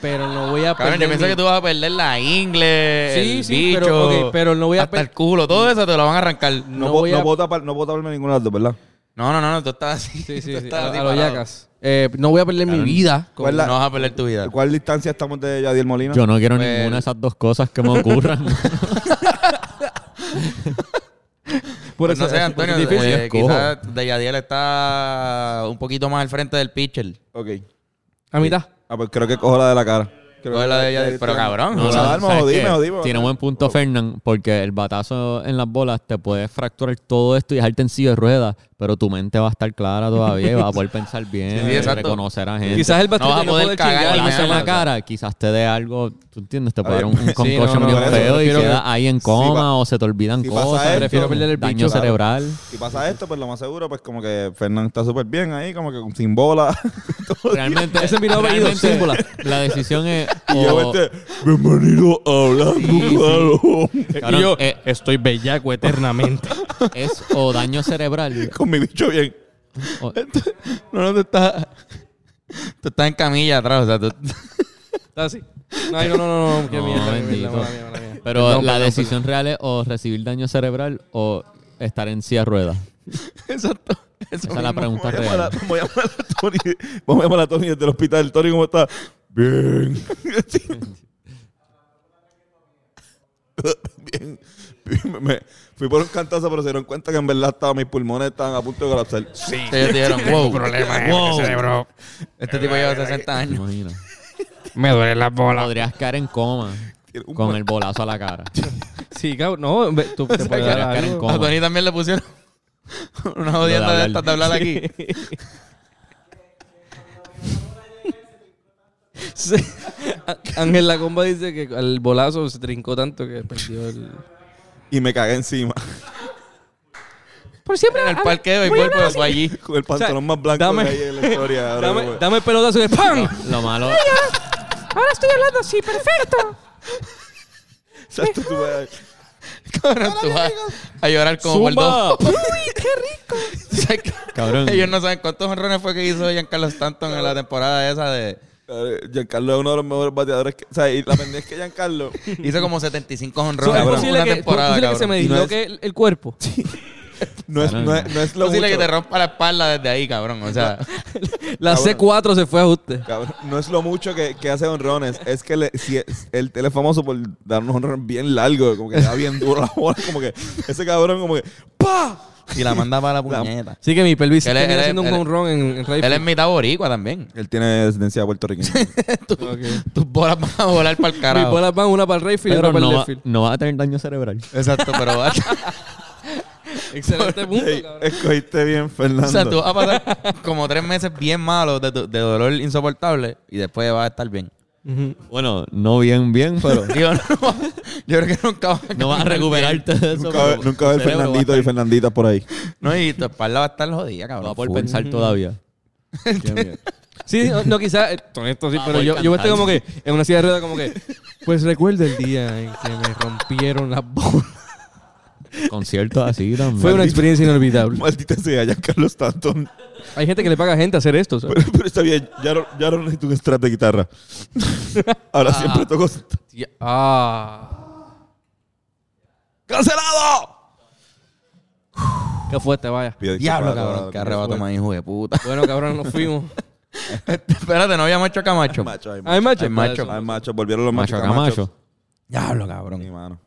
Speaker 4: pero no voy a
Speaker 3: Cabrón,
Speaker 4: perder.
Speaker 3: yo pienso
Speaker 4: mi-
Speaker 3: que tú vas a perder la ingle,
Speaker 4: Sí,
Speaker 3: el
Speaker 4: sí,
Speaker 3: bicho,
Speaker 4: pero, ok, pero no voy a
Speaker 3: hasta
Speaker 4: per-
Speaker 3: el culo, todo eso te lo van a arrancar.
Speaker 1: No,
Speaker 4: no
Speaker 1: po-
Speaker 4: voy
Speaker 1: no
Speaker 4: a-
Speaker 1: puedo tapar, no puedo taparme ninguna de las dos, ¿verdad?
Speaker 3: No, no, no, no, tú estás así.
Speaker 4: Sí, sí,
Speaker 3: tú
Speaker 4: sí.
Speaker 3: estás así
Speaker 4: A, a los
Speaker 3: parado.
Speaker 4: yacas. Eh, no voy a perder mi vida.
Speaker 1: ¿Cuál la-
Speaker 3: No vas a perder tu vida.
Speaker 1: ¿Cuál distancia estamos de Yadier Molina?
Speaker 2: Yo no quiero
Speaker 3: Bueno.
Speaker 2: ninguna de esas dos cosas que me ocurran.
Speaker 3: Pues no
Speaker 4: eso-
Speaker 3: sé,
Speaker 4: eso-
Speaker 3: Antonio,
Speaker 2: eso es difícil.
Speaker 3: eh,
Speaker 2: Yo escojo.
Speaker 3: quizás de Yadiel está un poquito más al frente del pitcher.
Speaker 1: Ok.
Speaker 4: A mitad.
Speaker 1: Ah, pues creo que cojo la de la cara. Creo
Speaker 3: Coge
Speaker 1: que-
Speaker 3: la de Yadier, pero cabrón.
Speaker 1: No,
Speaker 3: o
Speaker 1: la
Speaker 3: sea,
Speaker 1: arma,
Speaker 2: ¿sabes
Speaker 1: jodí,
Speaker 2: qué?
Speaker 1: me jodí, me
Speaker 2: Tiene
Speaker 1: jodí.
Speaker 2: buen punto, Fernán, porque el batazo en las bolas te puede fracturar todo esto y dejarte en silla de ruedas, pero tu mente va a estar clara todavía y vas a poder pensar
Speaker 3: Sí,
Speaker 2: bien,
Speaker 3: sí, exacto.
Speaker 2: reconocer a gente.
Speaker 4: Quizás el bastante
Speaker 3: vas a poder cagar
Speaker 2: Te
Speaker 3: el
Speaker 2: lanza en
Speaker 3: Claro,
Speaker 2: la
Speaker 3: o sea.
Speaker 2: cara, quizás te dé algo, tú entiendes, te puede dar un, un
Speaker 4: Sí, no,
Speaker 2: concoction
Speaker 4: no,
Speaker 2: bien
Speaker 1: no,
Speaker 2: feo y
Speaker 1: prefiero-
Speaker 2: quedas ahí en coma
Speaker 1: pa-
Speaker 2: o se te olvidan
Speaker 1: si pasa
Speaker 2: cosas.
Speaker 1: esto, Prefiero
Speaker 4: perder el
Speaker 2: daño
Speaker 4: bicho.
Speaker 2: cerebral.
Speaker 1: Si pasa esto, pues lo más seguro, pues como que Fernán está súper bien ahí, como que sin bola.
Speaker 2: Realmente,
Speaker 4: Ese es mi nuevo apellido,
Speaker 2: realmente
Speaker 4: símbola.
Speaker 2: La decisión es.
Speaker 1: y yo
Speaker 2: o-
Speaker 1: vete, bienvenido a hablando, claro.
Speaker 2: cabrón, eh,
Speaker 5: estoy bellaco eternamente.
Speaker 2: es o daño cerebral.
Speaker 1: Con mi bicho bien.
Speaker 2: o-
Speaker 3: No, no, tú estás. Tú estás en camilla atrás, o sea, tú.
Speaker 4: Está así. No, ay, no, no, no, no. Qué
Speaker 2: No,
Speaker 4: mierda, qué
Speaker 2: bendito.
Speaker 4: mierda, mala mía, mala mía.
Speaker 2: Pero
Speaker 4: Perdón,
Speaker 2: la
Speaker 4: perdón,
Speaker 2: decisión real es o recibir daño cerebral o estar en silla de ruedas.
Speaker 3: Exacto.
Speaker 2: Esa es la pregunta
Speaker 1: Vamos a llamar
Speaker 2: real.
Speaker 1: a- Vamos a llamar a Tony. Vamos a llamar a Tony desde el hospital. Tony, ¿cómo está? Bien. Bien. Me- me- fui por un cantazo, pero se dieron cuenta que en verdad estaba, mis pulmones estaban a punto de colapsar.
Speaker 3: Ellos dijeron, wow. problema Este tipo lleva 60
Speaker 2: ¿Te
Speaker 3: años.
Speaker 2: imaginas?
Speaker 5: Me duele la bola.
Speaker 2: Podrías caer en coma
Speaker 1: Tiene un
Speaker 2: con el bolazo a la cara.
Speaker 4: perdón. Sí, cabrón. No, ve- tú te puedes dar
Speaker 2: Podrías caer en
Speaker 4: algo.
Speaker 2: coma.
Speaker 3: A Tony también le pusieron una
Speaker 2: Lo
Speaker 3: jodienda
Speaker 2: de
Speaker 3: de
Speaker 2: hablar.
Speaker 3: estas de hablar aquí.
Speaker 4: Sí. Á- Ángel La Comba dice que al bolazo se trincó tanto que perdió el.
Speaker 1: Y me cagué encima.
Speaker 4: Por siempre.
Speaker 3: En el parque de béisbol, pero fue allí.
Speaker 1: Con el pantalón más blanco
Speaker 4: dame-
Speaker 1: que hay en la historia. ahora
Speaker 4: Dame,
Speaker 1: mismo.
Speaker 4: dame el pelotazo de ¡Pam!
Speaker 2: Lo malo,
Speaker 5: Ahora estoy hablando así, perfecto.
Speaker 1: Exacto, tú vas-
Speaker 3: Cabrón, tú vas a llorar como por
Speaker 2: ¡Zumba!
Speaker 3: dos. ¿Sabes qué?
Speaker 2: Cabrón.
Speaker 3: Ellos no saben cuántos honrones fue que hizo Giancarlo Stanton en la temporada esa de...
Speaker 1: Cabrón, Giancarlo es uno de los mejores bateadores. Que, o sea, y la pendeja es que Giancarlo.
Speaker 3: Hizo como 75
Speaker 4: So,
Speaker 3: honrones
Speaker 4: es
Speaker 3: en
Speaker 4: posible
Speaker 3: una
Speaker 4: que, es
Speaker 3: temporada,
Speaker 4: posible
Speaker 3: cabrón.
Speaker 4: que se me
Speaker 1: Y no
Speaker 4: disloque el, el cuerpo.
Speaker 1: No es, no es, no es
Speaker 3: Es
Speaker 1: lo
Speaker 3: posible que
Speaker 1: mucho.
Speaker 3: te rompa la espalda desde ahí, cabrón. O sea,
Speaker 4: La C4 se fue a ajuste.
Speaker 1: Cabrón, no es lo mucho que, que hace honrones, es que le, si es- él, él es famoso por dar unos honrones bien largos, como que le da bien duro la bola, como que ese cabrón como que ¡pa!
Speaker 3: si la manda para la puñeta.
Speaker 4: Sí, que mi pelvis
Speaker 3: Él es-
Speaker 4: termina
Speaker 3: él es-
Speaker 4: haciendo un
Speaker 3: él es-
Speaker 4: home run en, en Rayfield.
Speaker 3: Él es mitad boricua también.
Speaker 1: Él tiene descendencia puertorriqueña.
Speaker 3: Tus bolas van a volar para el
Speaker 4: Mis
Speaker 3: carajo.
Speaker 4: bolas van una para el Rayfield y
Speaker 2: pero
Speaker 4: otra para
Speaker 2: no
Speaker 4: el
Speaker 2: va,
Speaker 4: left field.
Speaker 2: no va a tener daño cerebral.
Speaker 3: Exacto, pero vas
Speaker 4: Excelente punto,
Speaker 1: Ey,
Speaker 4: cabrón.
Speaker 1: escogiste bien,
Speaker 3: o sea, tú
Speaker 1: Fernando.
Speaker 3: vas a pasar como tres meses bien malos de, tu- de dolor insoportable y después vas a estar bien.
Speaker 2: Bueno, no bien, bien, pero
Speaker 3: Digo, no, yo creo que nunca vas a
Speaker 2: no vas a
Speaker 3: caminar
Speaker 2: recuperarte de eso.
Speaker 1: Nunca,
Speaker 2: pero
Speaker 1: nunca va el
Speaker 2: tu cerebro va a
Speaker 1: Fernandito y
Speaker 2: estar-
Speaker 1: Fernandita por ahí.
Speaker 3: bien. No, y tu espalda va a estar jodida, cabrón.
Speaker 2: Va a poder
Speaker 3: Full.
Speaker 2: pensar todavía.
Speaker 4: Sí, no, no, quizás. eh, Con esto sí,
Speaker 2: Ah,
Speaker 4: pero
Speaker 2: voy
Speaker 4: yo, yo estoy
Speaker 2: cantando.
Speaker 4: como que en una silla de ruedas, como que. Pues recuerdo el día en que me rompieron las bolas.
Speaker 2: Conciertos así también.
Speaker 4: Fue una experiencia inolvidable.
Speaker 1: Maldita sea, Giancarlo Stanton.
Speaker 4: Hay gente que le paga a gente hacer esto. ¿sabes?
Speaker 1: Pero, pero está bien, ya no, ya no necesito un strap de guitarra.
Speaker 3: Ah.
Speaker 1: Ahora siempre toco...
Speaker 4: Ya- Ah.
Speaker 1: ¡Cancelado!
Speaker 4: Qué fuerte, vaya.
Speaker 3: Diablo, cabrón. Qué arrebato más hijo de puta.
Speaker 4: Bueno, cabrón, nos fuimos.
Speaker 3: Espérate, no habíamos hecho camacho.
Speaker 1: Macho, hay
Speaker 4: Hay
Speaker 1: macho.
Speaker 4: macho.
Speaker 3: Hay macho.
Speaker 1: Hay macho, volvieron los
Speaker 2: Macho
Speaker 1: machos.
Speaker 2: Camacho.
Speaker 3: Diablo,
Speaker 1: Mi
Speaker 3: cabrón.
Speaker 1: mano.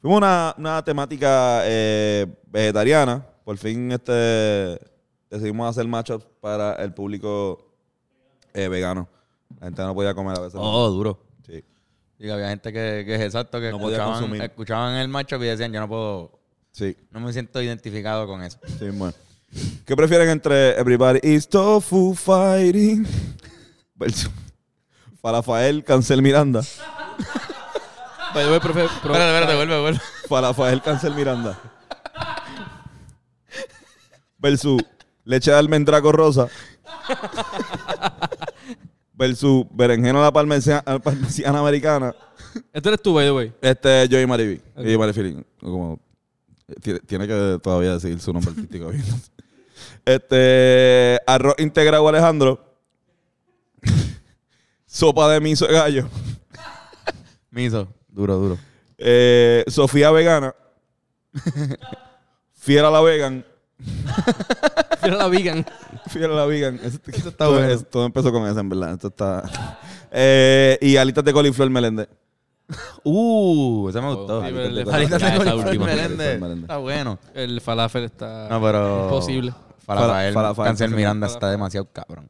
Speaker 1: Fuimos a una, una temática eh, vegetariana. Por fin este decidimos hacer matchups para el público eh, vegano. La gente no podía comer a veces.
Speaker 3: Oh, duro.
Speaker 1: Sí.
Speaker 3: Digo, había gente que, que es exacto, que
Speaker 1: No podía
Speaker 3: escuchaban,
Speaker 1: consumir.
Speaker 3: escuchaban el macho y decían, yo no puedo,
Speaker 1: Sí,
Speaker 3: no me siento identificado con eso.
Speaker 1: sí, bueno. ¿Qué prefieren entre Everybody is Tofu Fighting versus Falafael Cancel Miranda?
Speaker 4: Pero, pero, pero, pero-
Speaker 3: Espérate, espérate, vuelve, vuelve.
Speaker 1: Falafael Cancel Miranda. Versus leche de almendraco rosa. Versus berenjena a la parmesea- a la parmesana, americana.
Speaker 4: Este eres tú, by the way.
Speaker 1: Este, Joey Mariví. Joey Marifilín. Como, tiene, tiene que todavía decir su nombre artístico bien. Este, arroz integrado Alejandro. Sopa de miso de gallo.
Speaker 3: Miso. Duro, duro.
Speaker 1: Eh, Sofía vegana. Fiera la vegan.
Speaker 4: Era la vegan.
Speaker 1: Fiel a la vegan. Eso, todo, eso- todo empezó con eso, en verdad. Esto está... Eh, y alitas de coliflor Meléndez.
Speaker 3: Uh, ese me gustó.
Speaker 4: sí, pero le
Speaker 3: Alitas
Speaker 4: falta
Speaker 3: de
Speaker 4: esa
Speaker 3: coliflor
Speaker 4: última.
Speaker 3: Meléndez.
Speaker 1: Coliflor Meléndez.
Speaker 3: Está bueno.
Speaker 4: El falafel está
Speaker 1: Ah,
Speaker 3: No, pero...
Speaker 4: imposible.
Speaker 3: Falafael.
Speaker 1: Falafael.
Speaker 3: Cancel Miranda está demasiado cabrón.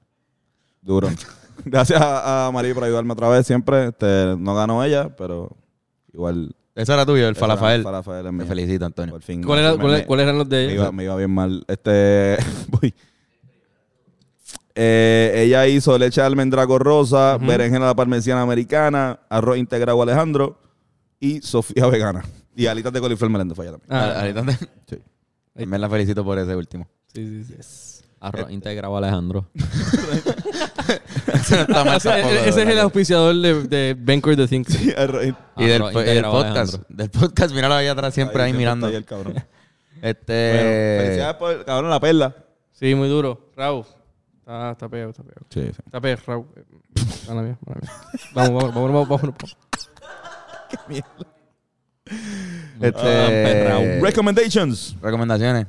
Speaker 1: Duro. Gracias a, a María por ayudarme otra vez siempre. Este, no ganó ella, pero igual.
Speaker 3: Eso era tuyo, el Falafael.
Speaker 1: Falafael es
Speaker 3: Te
Speaker 1: mío.
Speaker 3: felicito, Antonio.
Speaker 1: Por fin.
Speaker 4: ¿Cuál era-
Speaker 1: Me-
Speaker 4: cuál-
Speaker 1: me-
Speaker 4: ¿Cuáles eran los de Ah,
Speaker 1: me
Speaker 4: ellos?
Speaker 1: iba, me iba bien mal. Este. voy. Eh, ella hizo leche de almendrago rosa, berenjena a la parmesiana americana, arroz integrado Alejandro y Sofía vegana. Y alitas de coliflor meléndez falla también.
Speaker 3: Ah, ahorita te-
Speaker 1: Sí.
Speaker 3: También la felicito por ese último.
Speaker 4: Sí, sí, sí.
Speaker 3: Este.
Speaker 2: Arroz integrado Alejandro.
Speaker 4: Ese, ese es el auspiciador de, de Banquet Eh, The Things.
Speaker 1: Y arroz in-
Speaker 3: Y del,
Speaker 2: Arroz
Speaker 3: po- y del
Speaker 2: integrado,
Speaker 3: podcast.
Speaker 2: Alejandro.
Speaker 3: Del podcast, míralo ahí atrás, siempre ahí, mirando.
Speaker 1: está ahí Eh, el cabrón. Bueno, felicidades
Speaker 3: Este.
Speaker 1: por cabrón la perla.
Speaker 4: Sí, muy duro. Raúl. Está, está peo, está peo.
Speaker 1: Sí, sí.
Speaker 4: Está peo, Raúl. Eh, Mala mía, mala mía. Vamos, vamos, vamos, vamos. vamos.
Speaker 1: Eh,
Speaker 3: Este.
Speaker 1: Recommendations.
Speaker 3: Recomendaciones.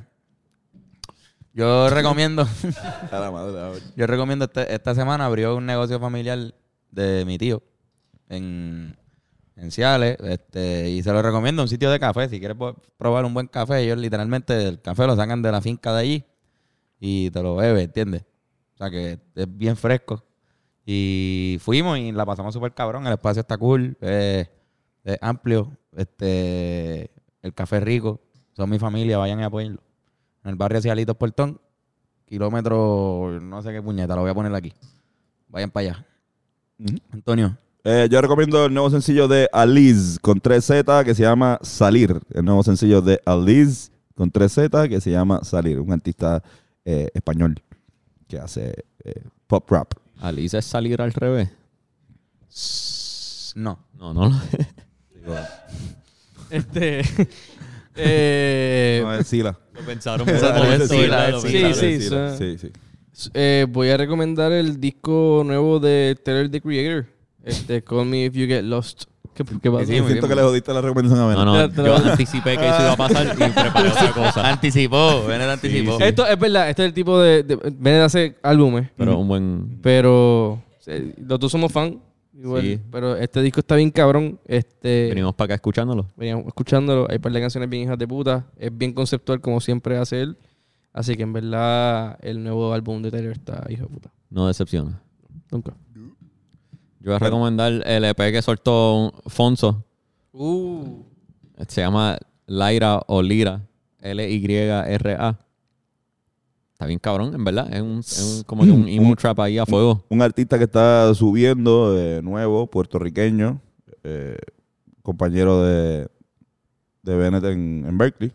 Speaker 3: Yo recomiendo.
Speaker 1: A la madre, a ver.
Speaker 3: Yo recomiendo este- esta semana abrió un negocio familiar de mi tío en, en Ciales. Este, y se lo recomiendo un sitio de café. Si quieres po- probar un buen café, ellos literalmente el café lo sacan de la finca de allí y te lo bebes, ¿entiendes? O sea que es bien fresco. Y fuimos y la pasamos súper cabrón. El espacio está cool, eh, es amplio. Este, el café es rico. Son mi familia, vayan y apoyenlo. En el barrio Cialitos Portón, kilómetro, no sé qué puñeta, lo voy a poner aquí. Vayan para allá.
Speaker 1: Ujú.
Speaker 3: Antonio.
Speaker 1: Eh, yo recomiendo el nuevo sencillo de Aliz con 3Z que se llama Salir. El nuevo sencillo de Aliz con 3Z que se llama Salir. Un artista eh, español que hace eh, pop rap.
Speaker 2: Alice es salir al revés.
Speaker 3: s- No.
Speaker 2: No, no.
Speaker 4: Este. eh,
Speaker 1: No, es Sila.
Speaker 2: Lo pensaron.
Speaker 1: Esa
Speaker 3: por
Speaker 1: es
Speaker 3: eso,
Speaker 1: Sila,
Speaker 3: la-
Speaker 1: es
Speaker 4: sí,
Speaker 1: Sila,
Speaker 4: sí,
Speaker 1: es Sila.
Speaker 4: son-
Speaker 1: Sí, sí.
Speaker 4: eh, voy a recomendar el disco nuevo de Taylor the Creator. Este, Call Me If You Get Lost. ¿Qué, qué pasa?
Speaker 3: Sí, muy
Speaker 1: Siento
Speaker 3: bien.
Speaker 1: que le jodiste la recomendación a
Speaker 2: No,
Speaker 1: Vena.
Speaker 2: no. Yo anticipé que eso iba a pasar y preparé otra cosa.
Speaker 3: Anticipó, Vener anticipó.
Speaker 4: Esto es verdad, este es el tipo de. de Bennett hace álbumes,
Speaker 2: Pero un buen.
Speaker 4: pero eh, los dos somos fan. igual,
Speaker 2: Sí.
Speaker 4: Pero este disco está bien cabrón. Este,
Speaker 2: Venimos para acá escuchándolo.
Speaker 4: veníamos escuchándolo. Hay un par de canciones bien hijas de puta. Es bien conceptual, como siempre hace él. Así que en verdad, el nuevo álbum de Taylor está hijo de puta.
Speaker 2: No decepciona.
Speaker 4: Nunca.
Speaker 2: Yo voy a recomendar el EP que soltó Fonso.
Speaker 4: Uh.
Speaker 2: Se llama Lyra o Lira. L-Y-R-A. Está bien cabrón, en verdad. Es un, es un- como que un emo trap ahí a fuego.
Speaker 1: Un artista que está subiendo, eh, nuevo, puertorriqueño, eh, compañero de, de Bennett en, en Berkeley.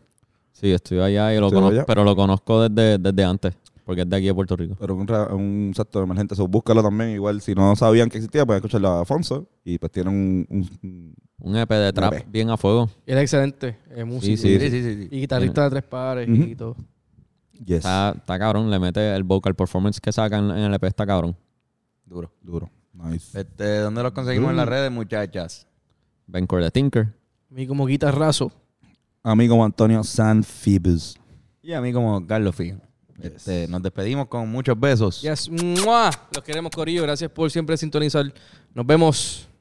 Speaker 2: Sí, estoy allá y lo
Speaker 1: Estoy
Speaker 2: conozco,
Speaker 1: allá.
Speaker 2: pero lo conozco desde, desde antes, porque es de aquí de Puerto Rico.
Speaker 1: Pero un, ra- un salto emergente, so, búscalo también. Igual, si no sabían que existía, pueden escucharlo a Afonso. Y pues tienen un, un-
Speaker 2: Un EP de trap
Speaker 1: EP.
Speaker 2: bien a fuego.
Speaker 4: Era excelente. Es
Speaker 2: sí,
Speaker 4: músico.
Speaker 3: Sí, sí, sí, sí.
Speaker 4: Y guitarrista de tres pares y todo.
Speaker 1: Yes.
Speaker 2: Está, está cabrón, le mete el vocal performance que sacan en el EP, está cabrón.
Speaker 3: Duro.
Speaker 1: Duro. Nice.
Speaker 3: Este, ¿Dónde los conseguimos en las redes, muchachas?
Speaker 2: Ben the Tinker.
Speaker 4: Y como guitarrazo.
Speaker 1: Amigo Antonio Sanfibus.
Speaker 3: Y a mí como Carlos Figan. Este, nos despedimos con muchos besos.
Speaker 4: Yes. ¡Mua! Los queremos, Corillo. Gracias por siempre sintonizar. Nos vemos.